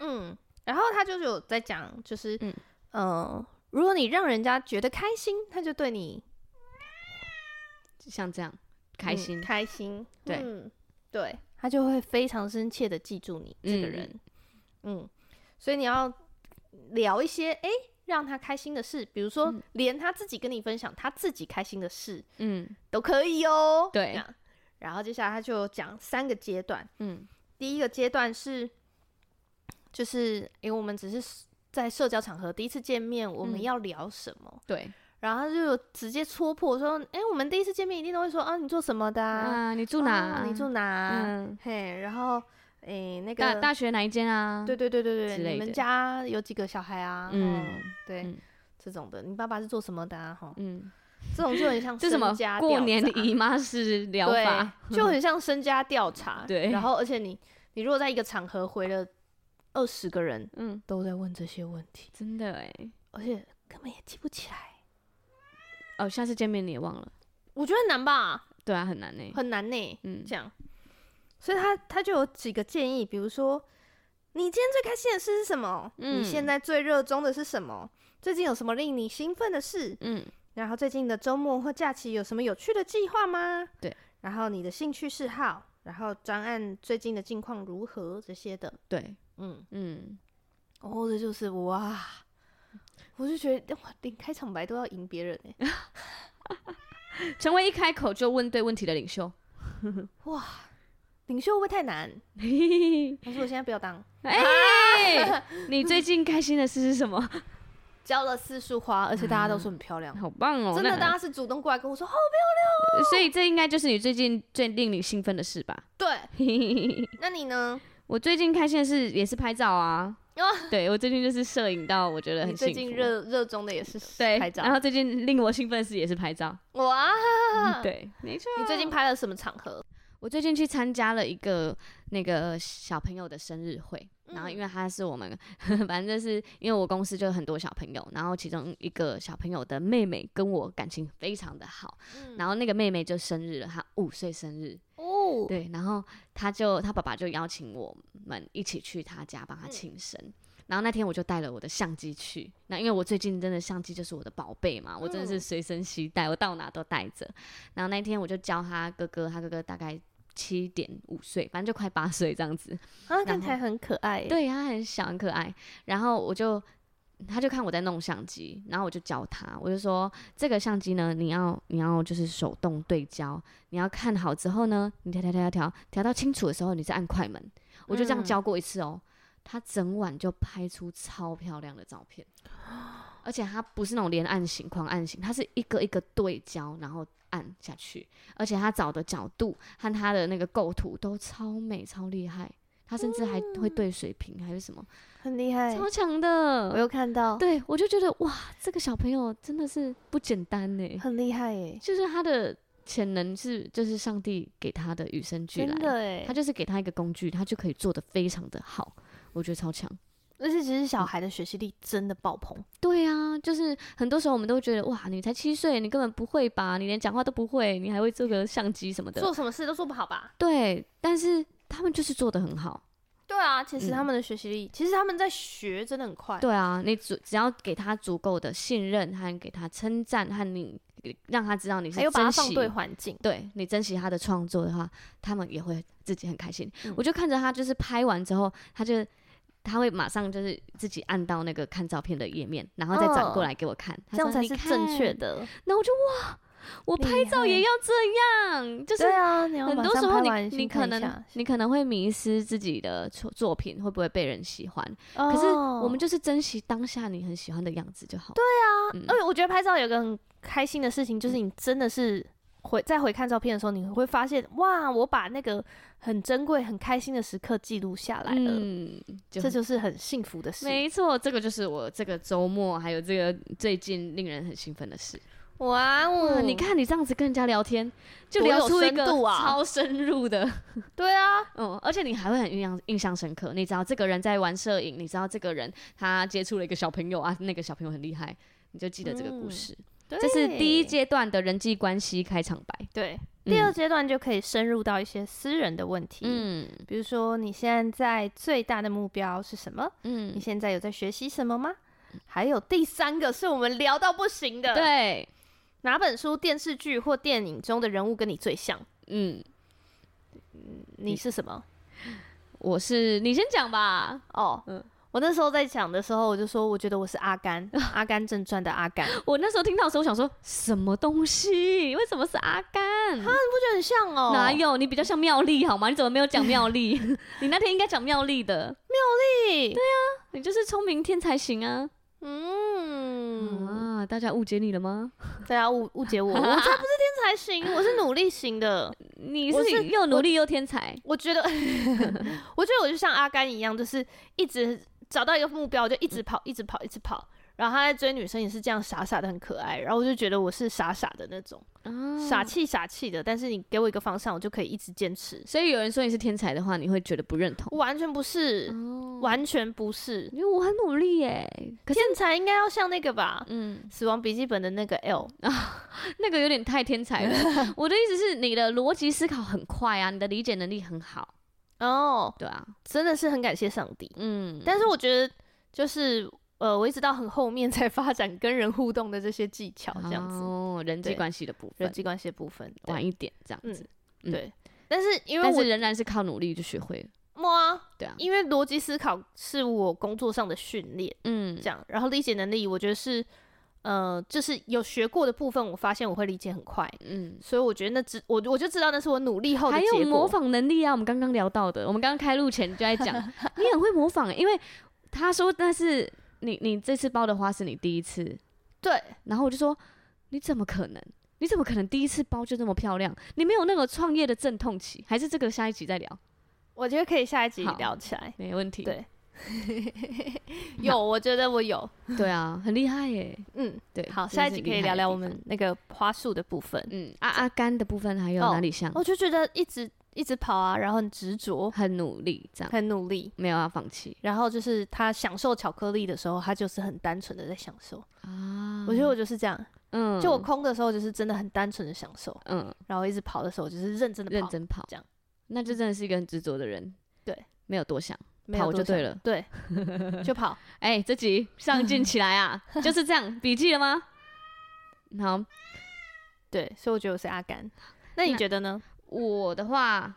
嗯，然后他就是有在讲，就是嗯嗯、呃如果你让人家觉得开心，他就对你像这样开嗯心，开心，对嗯对，他就会非常深切嗯嗯的记住你这个人。嗯所以你要聊一些，哎、让他开心的事，比如说嗯连他自己跟你分享他自己开心的事嗯都可以哦。对这样，然后接下来他就讲三个阶段，嗯第一个阶段是，就是因为我们只是在社交场合第一次见面，我们嗯要聊什么？对然后他就直接戳破说：“哎、我们第一次见面一定都会说啊，你做什么的啊？啊，你住啊哪？你住哪？啊嗯，嘿，然后哎、那大个大学哪一间啊？对对对对之对，类你们的家有几个小孩啊？嗯嗯，对，嗯这种的，你爸爸是做什么的啊？哈，嗯，这种就很 像这什么身家过调年查姨妈式疗法？ 对，就很像身家调查。对然后而且你你如果在一个场合回了二十个人嗯，都在问这些问题，真的哎，而且根本也记不起来，哦，下次见面你也忘了，我觉得很难吧，对啊，很难呢。很难呢。嗯这样，所以他他就有几个建议，比如说，你今天最开心的事是什么？你现嗯在最热衷的是什么？最近有什么令你兴奋的事？嗯，然后最近的周末或假期有什么有趣的计划吗？对，然后你的兴趣嗜好，然后专案最近的近况如何这些的，对，嗯，嗯，哦，这就是哇，我就觉得哇，连开场白都要赢别人哎、成为一开口就问对问题的领袖。哇，领袖会不会太难？可是我现在不要当， 哎，你最近开心的事是什么？浇了四束花，而且大家都说很漂亮，好棒哦！真的，那大家是主动过来跟我说，哦，所以这应该就是你最近最令你兴奋的事吧？对，那你呢？我最近开心的事也是拍照啊哦。对，我最近就是摄影到我觉得你很幸最福。近热热衷的也 是对拍照然后最近令我兴奋的事也是拍照。哇，对，没错。你最近拍了什么场合？嗯我最近去参加了一个那个小朋友的生日会，然后因为他是我们， 反正就是因为我公司就有很多小朋友，然后其中一个小朋友的妹妹跟我感情非常的好，嗯然后那个妹妹就生日了，她五岁生日，哦，对，然后他就他爸爸就邀请我们一起去他家帮他嗯庆生。然后那天我就带了我的相机去，那因为我最近真的相机就是我的宝贝嘛，我真的嗯是随身携带，我到哪都带着。然后那天我就教他哥哥，他哥哥大概七点五岁，反正就快八岁这样子。啊，然看起来很可爱耶。对，他很小很可爱。然后我就，他就看我在弄相机，然后我就教他，我就说这个相机呢，你要你要就是手动对焦，你要看好之后呢，你调调调调调调到清楚的时候，你再按快门。我就这样嗯教过一次哦，他整晚就拍出超漂亮的照片，而且他不是那种连按型狂按型，他是一个一个对焦，然后。按下去，而且他找的角度和他的那个构图都超美、超厉害。他甚至还会对水平，还是什么，很厉害，超强我的。有看到，对，我就觉得哇，这个小朋友真的是不简单呢，很厉害耶，就是他的潜能是，就是上帝给他的与生俱真来，的哎他。就是给他一个工具，他就可以做的非常的好，我觉得超强。而且其实小孩的学习力真的爆棚，对啊，就是很多时候我们都会觉得哇，你才七岁，你根本不会吧？你连讲话都不会，你还会做个相机什么的？做什么事都做不好吧？对，但是他们就是做的很好。对啊，其实嗯他们的学习力，其实他们在学真的很快。对啊，你只只要给他足够的信任和给他称赞和你让他知道你是还有把它珍放惜，对环境，对你珍惜他的创作的话，他们也会自己很开心。嗯我就看着他，就是拍完之后，他就他会马上就是自己按到那个看照片的页面，然后再转过嗯来给我看，他这样说才你是看正确。的。 那我就哇，我拍照也厉要这样，就是对啊，你要很马多上时候拍你完你先可看一能下你可能会迷失自己的作作品会不会被人喜欢，可是我们就，就是珍惜当下你很喜欢的样子就好。对啊，而且呃我觉得拍照有个很开心的事情，就是你真的是回再回看照片的时候，你会发现哇，我把那个很珍贵、很开心的时刻记录下来了。嗯，就这就是很幸福的事。没错，这个就是我这个周末还有这个最近令人很兴奋的事。哇哇，哦你，看你这样子跟人家聊天，就多聊有出一深个度啊超深入的，对啊， 嗯，而且你还会很印象印象深刻。你知道这个人在玩摄影，你知道这个人他接触了一个小朋友啊，那个小朋友很厉害，你就记得这个故嗯事。对这是第一。阶段的人际关系开场白。对，嗯第二阶段就可以深入到一些私人的问题，嗯比如说你现在最大的目标是什么？你嗯，现在有在学习什么吗？还有第三个是我们聊到不行的，，对，嗯哪本书、电视剧或电影中的人物跟你最像？嗯，你是什么？我是你先讲吧。哦，嗯我那时候在讲的时候，我就说，我觉得我是阿 甘，《阿甘正传》的阿甘，他我那时候听到的时候，我想说什么东西？为什么是阿甘？不觉得很像哦？哪？有？你比较像妙丽好吗？你怎么没有讲妙 丽？你那天应该讲妙丽的，对呀，你就是聪明天才型啊！嗯，啊，大家误解你了吗？大家误误解我，我才不是天才型，我是努力型的。你我是是又努力又天才，我觉得， 我觉得我就像阿甘一样，就是一直找到一个目标，我就一直跑，一直跑，一直跑。然后他在追女生也是这样傻傻的，很可爱。然后我就觉得我是傻傻的那种，嗯啊傻气傻气的。但是你给我一个方向，我就可以一直坚持。所以有人说你是天才的话，你会觉得不认同。完全不是，哦，完全不是。因为我很努力耶，可是天才应该要像那个吧，嗯， 《死亡笔记本》的那个 L，那个有点太天才 了。我的意思是，你的逻辑思考很快啊，你的理解能力很好，哦，对啊，真的是很感谢上帝。嗯，但是我觉得，就是呃，我一直到很后面才发展跟人互动的这些技巧，这样子。哦，人际对关系的部人分际关系的部分，对晚一点这样嗯子，嗯对。但是因为但我是仍然是靠努力就学会了，摸啊，对啊，因为逻辑思考是我工作上的训练，嗯这，样，然后理解能力，我觉得是，呃，就是有学过的部分，我发现我会理解很快，嗯。所以我觉得那知我我就知道那是我努力后的还结有果。模仿能力啊，我们刚刚聊到的，我们刚刚开录前就在 讲，你很会模仿欸、因为他说那是你你这次包的花是你第一次，对，然后我就说你怎么可能？你怎么可能第一次包就这么漂亮？你没有那个创业的阵痛期，还是这个下一集再聊，我觉得可以下一集好聊起来。没问题。对 有，我觉得我有，对啊，很厉害耶、嗯，对， 好，真下的是一集厉可以害聊的聊地我们方那个花束的部分。嗯阿阿甘的部分还有哦哪里像？我就觉得一直一直跑啊，然后很执着，很努力，这样很努力，没有要放弃然后就是他享受巧克力的时候，他就是很单纯的在享受。啊我觉得我就是这样，嗯就我空的时候就是真的很单纯的享受，嗯然后一直跑的时候就是认真的跑，认真跑，这样，嗯那就真的是一个很执着的人。对，没有多想。没有跑就多想对了，对，就跑。哎、这集 上进起来啊，就是这样。笔记了吗？好，对，所以我觉得我是阿甘。那你那觉得呢？我的话，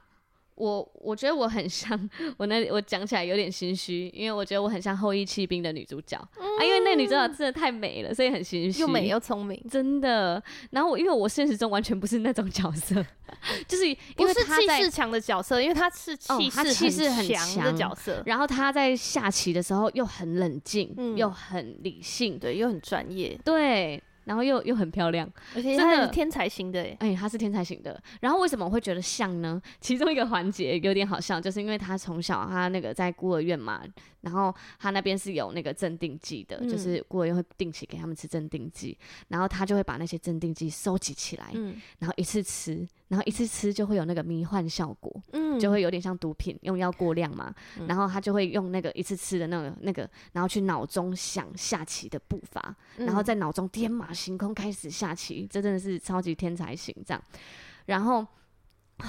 我我觉得我很像我那我讲起来有点心虚，因为我觉得我很像《后羿弃兵》的女主角、啊，因为那女主角真的太美了，所以很心虚。嗯又美哦又聪明，真的。然后我因为我现实中完全不是那种角色， 就是因不为是她气在势强的角色，因为他是哦气他气势很强的强角色，然后他在下棋的时候又很冷静，嗯又很理性，对，又很专业，对，然后又又很漂亮。而真且他的是天才型的耶。哎、他是天才型的。然后为什么我会觉得像呢？其中一个环节有点好笑，就是因为他从小他那个在孤儿院嘛，然后他那边是有那个镇定剂的，就嗯是孤儿院会定期给他们吃镇定剂，然后他就会把那些镇定剂收集起来，嗯然后一次吃，然后一次吃就会有那个迷幻效果。嗯就会有点像毒品，用药过量嘛，嗯然后他就会用那个一次吃的那个那个，然后去脑中想下棋的步伐，然嗯后在脑中天马行空开始下棋，这真的是超级天才型这样。然后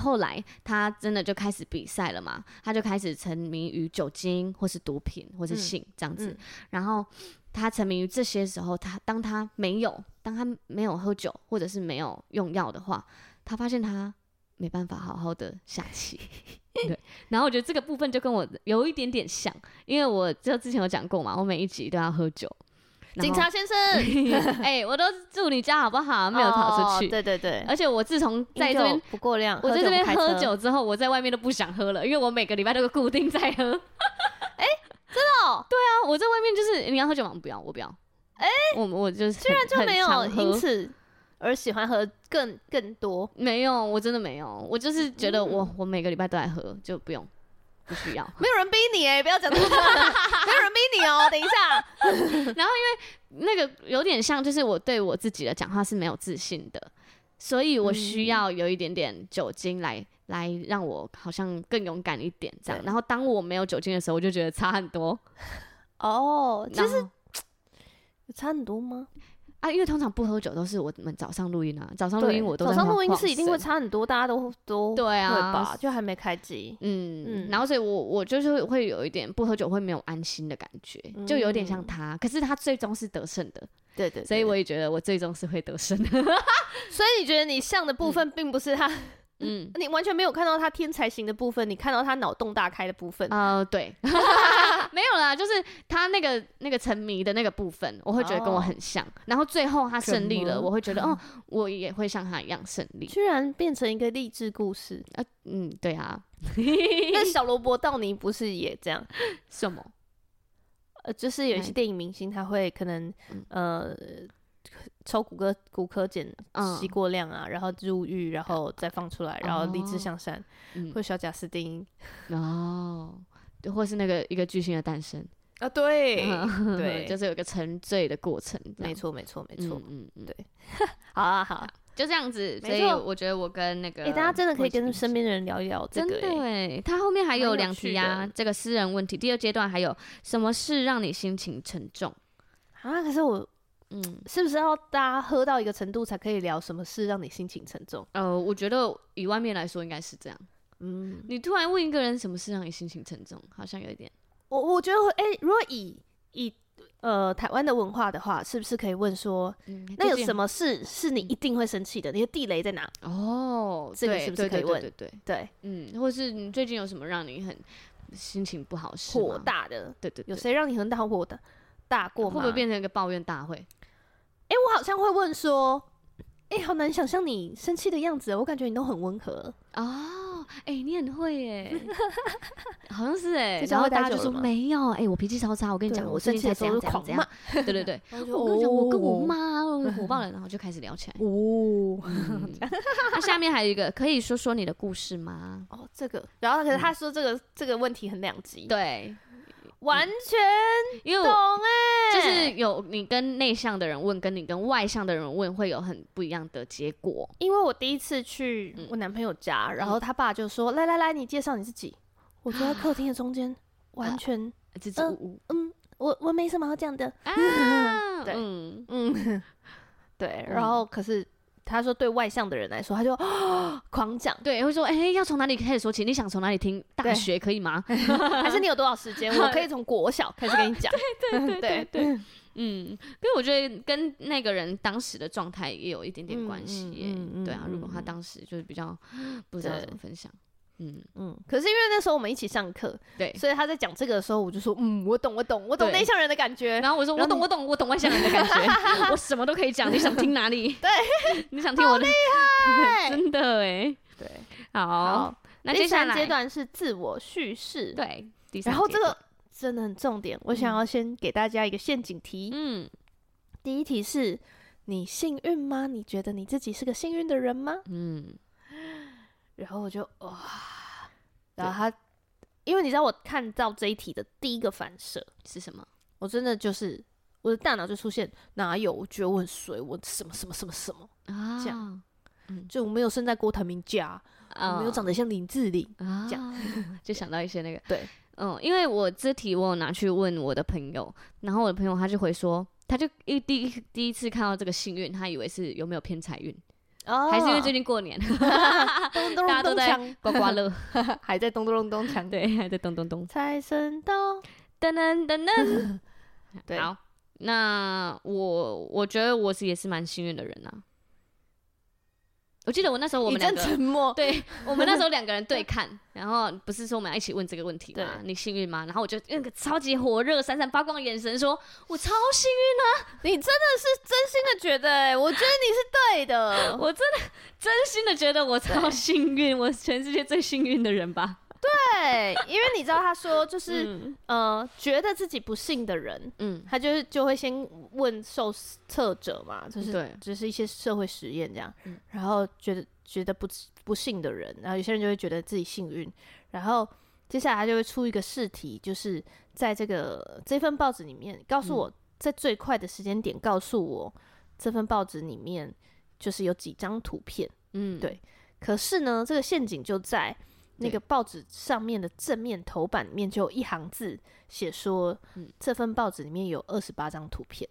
后来他真的就开始比赛了嘛，他就开始沉迷于酒精或是毒品或是嗯性这样子。嗯然后他沉迷于这些时候，他当他没有当他没有喝酒或者是没有用药的话，他发现他没办法好好的下棋。 对，然后我觉得这个部分就跟我有一点点像，因为我就之前有讲过嘛，我每一集都要喝酒。然警后察先生 哎、我都住你家好不好？没有逃出哦去。对对对，而且我自从在饮这酒边，不过量，我在酒这不边开喝车酒之后，我在外面都不想喝了，因为我每个礼拜都固定在喝。哎、 真的哦对啊，我在外面就是你要喝酒吗？不要，我不要。哎、我我就是居居然就没有因此此而喜欢喝更更多。没有，我真的没有，我就是觉得嗯我、我每个礼拜都在喝，就不用不需要。没有人逼你哎、不要讲这个，没有人逼你哦、等一下，那个有点像，就是我对我自己的讲话是没有自信的，所以我嗯需要有一点点酒精来、来让我好像更勇敢一点这样。对然后当我没有酒精的时候，我就觉得差很多。 哦，其实然后差很多吗？啊，因为通常不喝酒都是我们早上录音啊，早上录对，音我都早在上晃录音是一定会晃神差很多，大家都都对啊会吧，就还没开机。嗯，嗯然后所以我我就是会有一点不喝酒会没有安心的感觉，就有点像嗯他，可是他最终是得胜的，对对对所以我也觉得我最终是会得胜的。 所以你觉得你像的部分并不是他嗯，你完全没有看到他天才型的部分，你看到他脑洞大开的部分。呃， 对，没有啦，就是他那个那个沉迷的那个部分，我会觉得跟我很像。然后最后他胜利了，哦怎么我会觉得哦，我也会像他一样胜利。居然变成一个励志故 事，啊，嗯，对啊，那小罗伯·道尼不是也这样？什么？呃，就是有一哪些一电影明星他会可能呃抽骨科骨科检嗯吸过量啊，然后入狱，然后再放出来，然后励志哦向善，嗯或，小贾斯汀哦，对或是那个一个巨星的诞生，啊，对对， 就是有一个沉醉的过程，这样没，错没错没错嗯，嗯嗯，对好啊好啊，就这样子。没所以错我觉得我跟那个，哎、大家真的可以跟身。身边的人聊一聊这真个、的欸，哎，他后面还有蛮有两趣题的啊，这个私人问题，第二阶段还有什么事让你心情沉重？啊，可是我嗯，是不是要大家喝到一个程度才可以聊什么事让你心情沉重？呃，我觉得以外面来说应该是这样。嗯，你突然问一个人什么事让你心情沉重，好像有一点我我觉得会，哎、如果以以呃台湾的文化的话，是不是可以问说，嗯，那有什么？么事是嗯你一定会生气的？你的地雷在哪？哦，这个对是不是对可以对问对对，对对，嗯，或是你最近有什么让你很心情不好的事吗火？大的，对对，有对谁让你很大火的大过会吗？不会变成一个抱怨大会？哎、我好像会问说，哎、好难想象你生气的样子哦，我感觉你都很温和。哦，哎、你很会 耶，好像是哎、这然教后会大大家就家久说了吗没有，哎、我脾气超差，我跟你对讲，我最生近气才的这样时候就这样狂这样，对对对，我哦跟你讲，我跟我妈，我火爆了，然后就开始聊起来。哦嗯那下面还有一个，可以说说你的故事吗？哦，这个，然后可是他说这个、这个问题很两极，，嗯对，完全因为懂我哎、就是有你跟内向的人问，跟你跟外向的人问，会有很不一样的结果。因为我第一次去嗯我男朋友家，然后他爸就说：“来来来，你介绍你自己。”我坐在客厅的中啊间，完全，支支吾嗯，我我没什么好讲的，吾啊，嗯 对嗯，嗯，对。嗯，然后可是他说，对外向的人来说，他就、 狂 讲对，会说，哎、要从哪里开始说起？你想从哪里听？大对学可以吗？还是你有多少时 间？我可以从国小开始跟你讲。 对对哎对， 嗯，因为我觉得跟那个人当时的状态也有一点点关系耶、嗯嗯嗯对啊，嗯如果他嗯当时就是比较不知道对怎么分享，嗯，嗯。可是因为那时候我们一起上课，对。所以他在讲这个的时候，我就说，嗯，我懂，我懂，我懂对内向人的感觉。然后我说然后我懂你我懂我懂外向人的感 觉，我什么都可以讲，你想听哪里？对，你想听我的？ 真的哎，对，好，那接第下三来阶段是自我叙事。对，第三然后阶这个段真的很重点，我想要先给大家一个陷阱题。嗯第一题是：你幸运吗？你觉得你自己是个幸运的人吗？嗯然后我就哇，然后他，因为你知道我看到这一题的第一个反射，是什么？我真的就是我的大脑就出现哪有？我觉得我很衰，我什么什么什么什么，啊，这样就我没有生在郭台铭家，我没有长得像林志玲。哦啊，这就想到一些那个对，嗯，因为我这题我有拿去问我的朋友，然后我的朋友他就回说，他就一第一第一次看到这个幸运，他以为是有没有偏财运，哦还是因为最近 过年 咚咚大家都咚咚在锵，刮刮乐， 还在咚咚咚咚锵，对，还在咚咚咚，财神到。噔噔噔噔。 对，好，那我我觉得我是也是蛮幸运的人啊。我记得我那时候我一们两阵个，沉 默。对我们那时候两个人对看，然后不是说我们要一起问这个问题吗？你幸运吗？然后我就用个超级火热、闪闪发光的眼神说：“我超幸你真的是真心的觉得、欸，我觉得你是对 运，的。我真的真心的觉得我超幸运，我全世界最幸运的人吧。对，因为你知道他说就是、嗯”呃，觉得自己不幸的人，嗯他就是就会先问受测者嘛，就是对，就是一些社会实验这样，嗯然后觉得觉得不不幸的人，然后有些人就会觉得自己幸运，然后接下来他就会出一个试题，就是在这个这份报纸里面告诉我、嗯在最快的时间点告诉我这份报纸里面就是有几张图片。嗯，对可是呢，这个陷阱就在那对个报纸上面的正面头版里面就有一行字写说，嗯这份报纸里面有二十八张图片。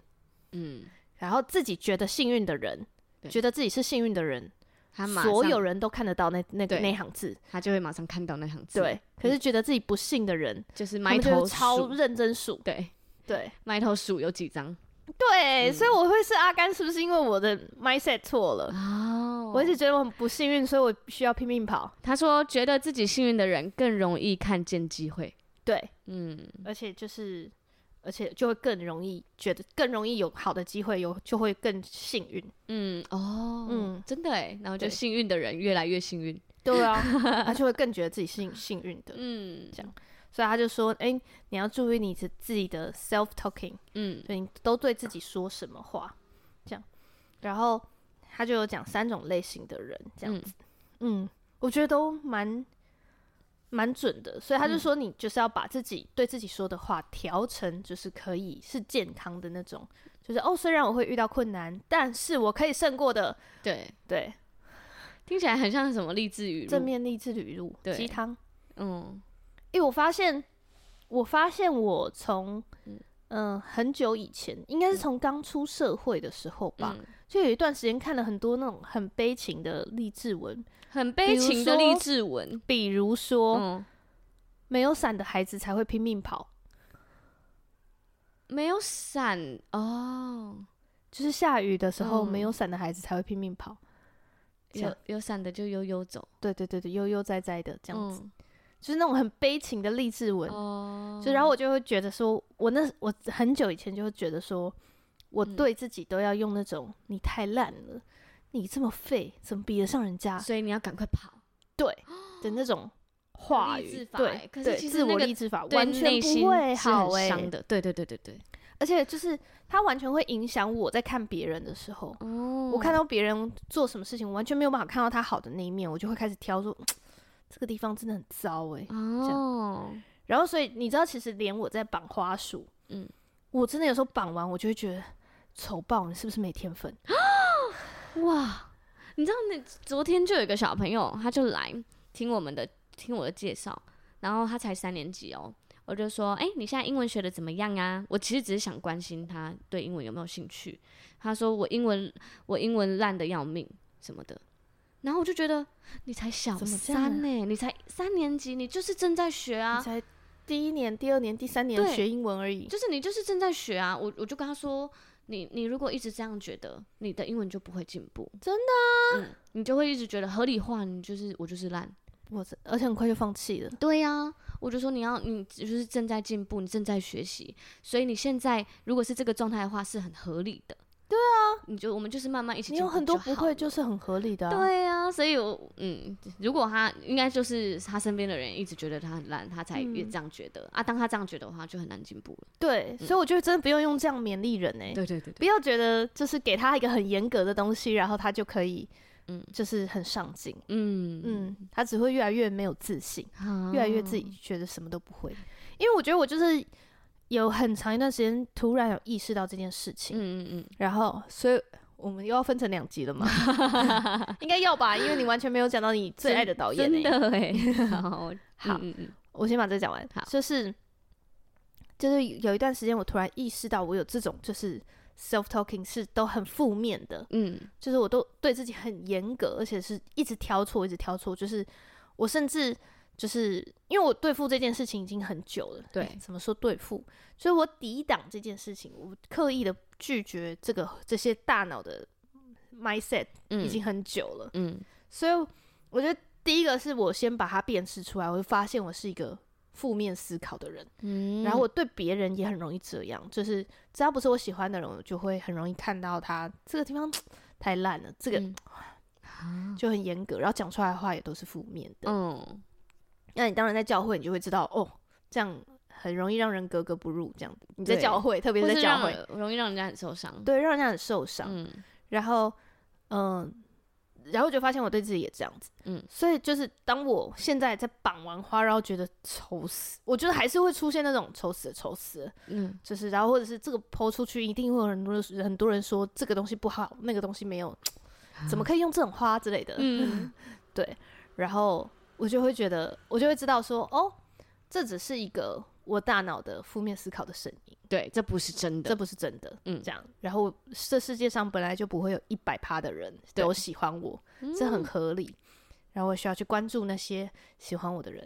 嗯，然后自己觉得幸运的人，对觉得自己是幸运的人，他马所上有人都看得到那那个对那行字。他就会马上看到那行字，对，，可是觉得自己不幸的人，就是他埋们就头是超数认真数。对，对，埋头数有几张，对，嗯所以我会是阿甘，是不是因为我的 mindset 错了？哦，我一直觉得我很不幸运，所以我需要拼命跑。他说觉得自己幸运的人更容易看见机会。对，嗯，而且就是，而且就会更容易觉得更容易有好的机会，有就会更幸运。嗯哦，嗯嗯，真的哎，然后就对幸运的人越来越幸运，对啊， 他就会更觉得自己幸幸运的。嗯这样所以他就说：“哎、你要注意你自自己的 self talking，嗯对你都对自己说什么话，这样。”然后他就有讲三种类型的人，这样嗯子。嗯我觉得都蛮蛮准的。所以他嗯就说，你就是要把自己对自己说的话调成，就是可以是健康的那种，就是哦，虽然我会遇到困难，但是我可以胜过的。对，对，听起来很像什么励志语录，正面励志语录对鸡汤。嗯因为我发现，我发现我从嗯、呃很久以前，应该是从刚出社会的时候吧，嗯就有一段时间看了很多那种很悲情的励志文，很悲情的励志文，比如说、嗯，没有伞的孩子才会拼命跑，没有伞哦，就是下雨的时候、嗯没有伞的孩子才会拼命跑。这有样有伞的就悠悠走，对对对对，悠悠哉哉的这样子，嗯就是那种很悲情的励志文。哦，就然后我就会觉得说，我那我很久以前就会觉得说，我嗯对自己都要用那种你太烂了，你这么废，怎么比得上人家？所以你要赶快跑，对的那种话励志语，法欸对可是对，其实自我那个励志法对完全内心不会是好很哎、伤的，对对对对对，而且就是它完全会影响我在看别人的时候，哦我看到别人做什么事情，我完全没有办法看到他好的那一面，我就会开始挑说。这个地方真的很糟哎、哦，然后，所以你知道，其实连我在绑花束，嗯嗯，我真的有时候绑完，我就会觉得丑爆，你是不是没天分？哇，你知道那昨天就有一个小朋友，他就来听我们的听我的介绍，然后他才三年级哦，我就说，哎、你现在英文学的怎么样啊？我其实只是想关心他对英文有没有兴趣。他说我英文我英文烂的要命什么的，然后我就觉得你才小怎么这样啊三呢、你才三年级，你就是正在学啊你，才第一年、第二年、第三年对学英文而已。就是你就是正在学啊。我我就跟他说，你你如果一直这样觉得，你的英文就不会进步，真的、嗯，你就会一直觉得合理化，你就是我就是烂。我这而且很快就放弃了。对呀、我就说你要你就是正在进步，你正在学习，所以你现在如果是这个状态的话，是很合理的。对啊，你就我们就是慢慢一起你进有步很多就不好会，了就是很合理的、啊。，对啊，所以我嗯，如果他应该就是他身边的人一直觉得他很烂，他才也嗯这样觉得、啊。当他这样觉得的话，就很难进步了。对，嗯所以我觉得真的不用用这样勉励人哎、对对对不对，要觉得就是给他一个很严格的东西，然后他就可以，嗯嗯，就是很上进，嗯嗯，他只会越来越没有自信。嗯越来越自己觉得什么都不会。因为我觉得我就是有很长一段时间突然有意识到这件事情，嗯嗯然后所以我们又要分成两集 了嘛？应该要吧，因为你完全没有讲到你最爱的导嗯，真演、欸。，的哎， 好 好嗯嗯我先把这讲完好。就是就是有一段时间，我突然意识到我有这种就是 self talking 是都很负面的，嗯嗯就是我都对自己很严格，而且是一直挑错，一直挑错。就是我甚至就是因为我对付这件事情已经很久了，对哎怎么说对付？所以我抵挡这件事情，我刻意的拒绝这个这些大脑的 mindset 嗯，已经很久了。嗯所以我觉得第一个是我先把它辨识出来，我就发现我是一个负面思考的人。嗯，然后我对别人也很容易这样，就是只要不是我喜欢的人，我就会很容易看到他这个地方太烂了，这个嗯啊就很严格，然后讲出来的话也都是负面的。嗯那你当然在教会，你就会知道哦，这样很容易让人格格不入。这样你在对教会，特别或在是教让会，人容易让人家很受伤，对，让人家很受伤。嗯然后，嗯，然后就发现我对自己也这样子，嗯嗯，所以就是当我现在在绑完花，然后觉得丑死，我觉得还是会出现那种丑死了丑死了，嗯就是然后或者是这个抛出去，一定会有很多人很多人说这个东西不好，那个东西没有，怎么可以用这种花之类的。嗯对，然后我就会觉得，我就会知道说，哦，这只是一个我大脑的负面思考的声音， 对，这不是真这的，不是真的。嗯嗯，这样，然后这世界上本来就不会有一百趴的人对嗯都嗯喜欢我，这很合理。然后我需要去关注那些喜欢我的人，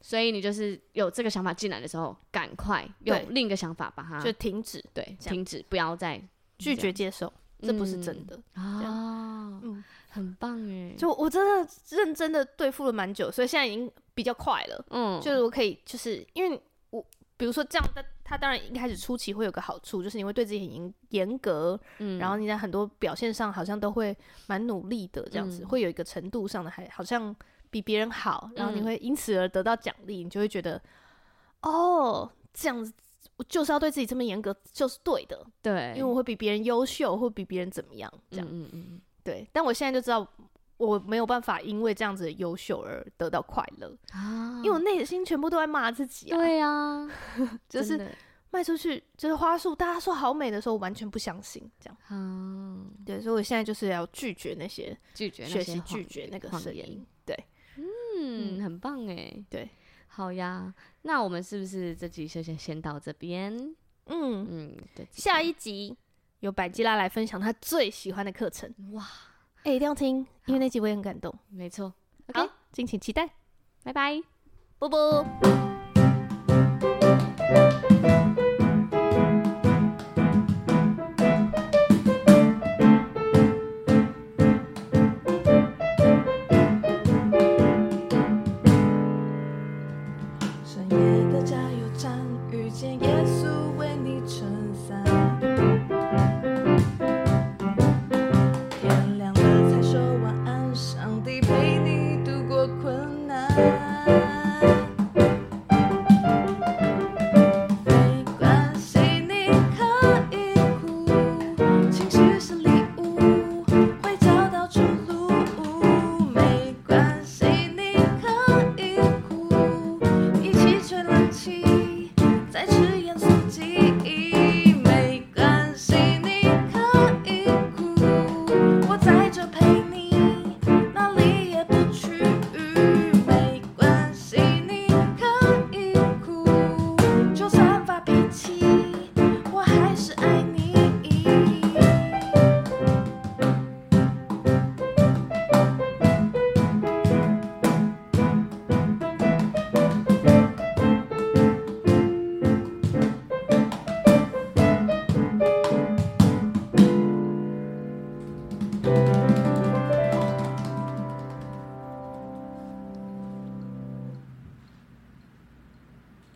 所以你就是有这个想法进来的时候，赶快有对另一个想法把它就停止啊对这样停止，不要再拒绝接受，这不是真嗯的。这样啊，嗯很棒哎，就我真的认真的对付了蛮久，所以现在已经比较快了。嗯就是我可以，就是因为我比如说这样，但他当然一开始初期会有个好处，就是你会对自己很严严格，嗯然后你在很多表现上好像都会蛮努力的，这样子、嗯会有一个程度上的还好像比别人好，然后你嗯会因此而得到奖励，你就会觉得哦，这样子我就是要对自己这么严格，就是对的，对，因为我会比别人优秀，或比别人怎么样，这样、嗯嗯嗯对。但我现在就知道。我没有办法因为这样子的优秀而得到快乐，嗯啊，因为我内心全部都在骂自己啊。对啊， 就真是的卖出去，就是花束，大家说好美的时候，我完全不相信这样。啊，对，所以我现在就是要拒绝那些，拒绝那学些习谎拒绝那个谎声言音。对，嗯，很棒哎，对，好呀，那我们是不是这集就先先到这边？嗯，嗯，对，下一集由百吉拉来分享她最喜欢的课程，哇，哎、一定要听，因为那集我也很感动。没错好，OK，，敬请期待，拜拜。波波。深夜的加油站，遇见耶稣为你撑伞。天亮了才说晚安，上帝陪你度过困难。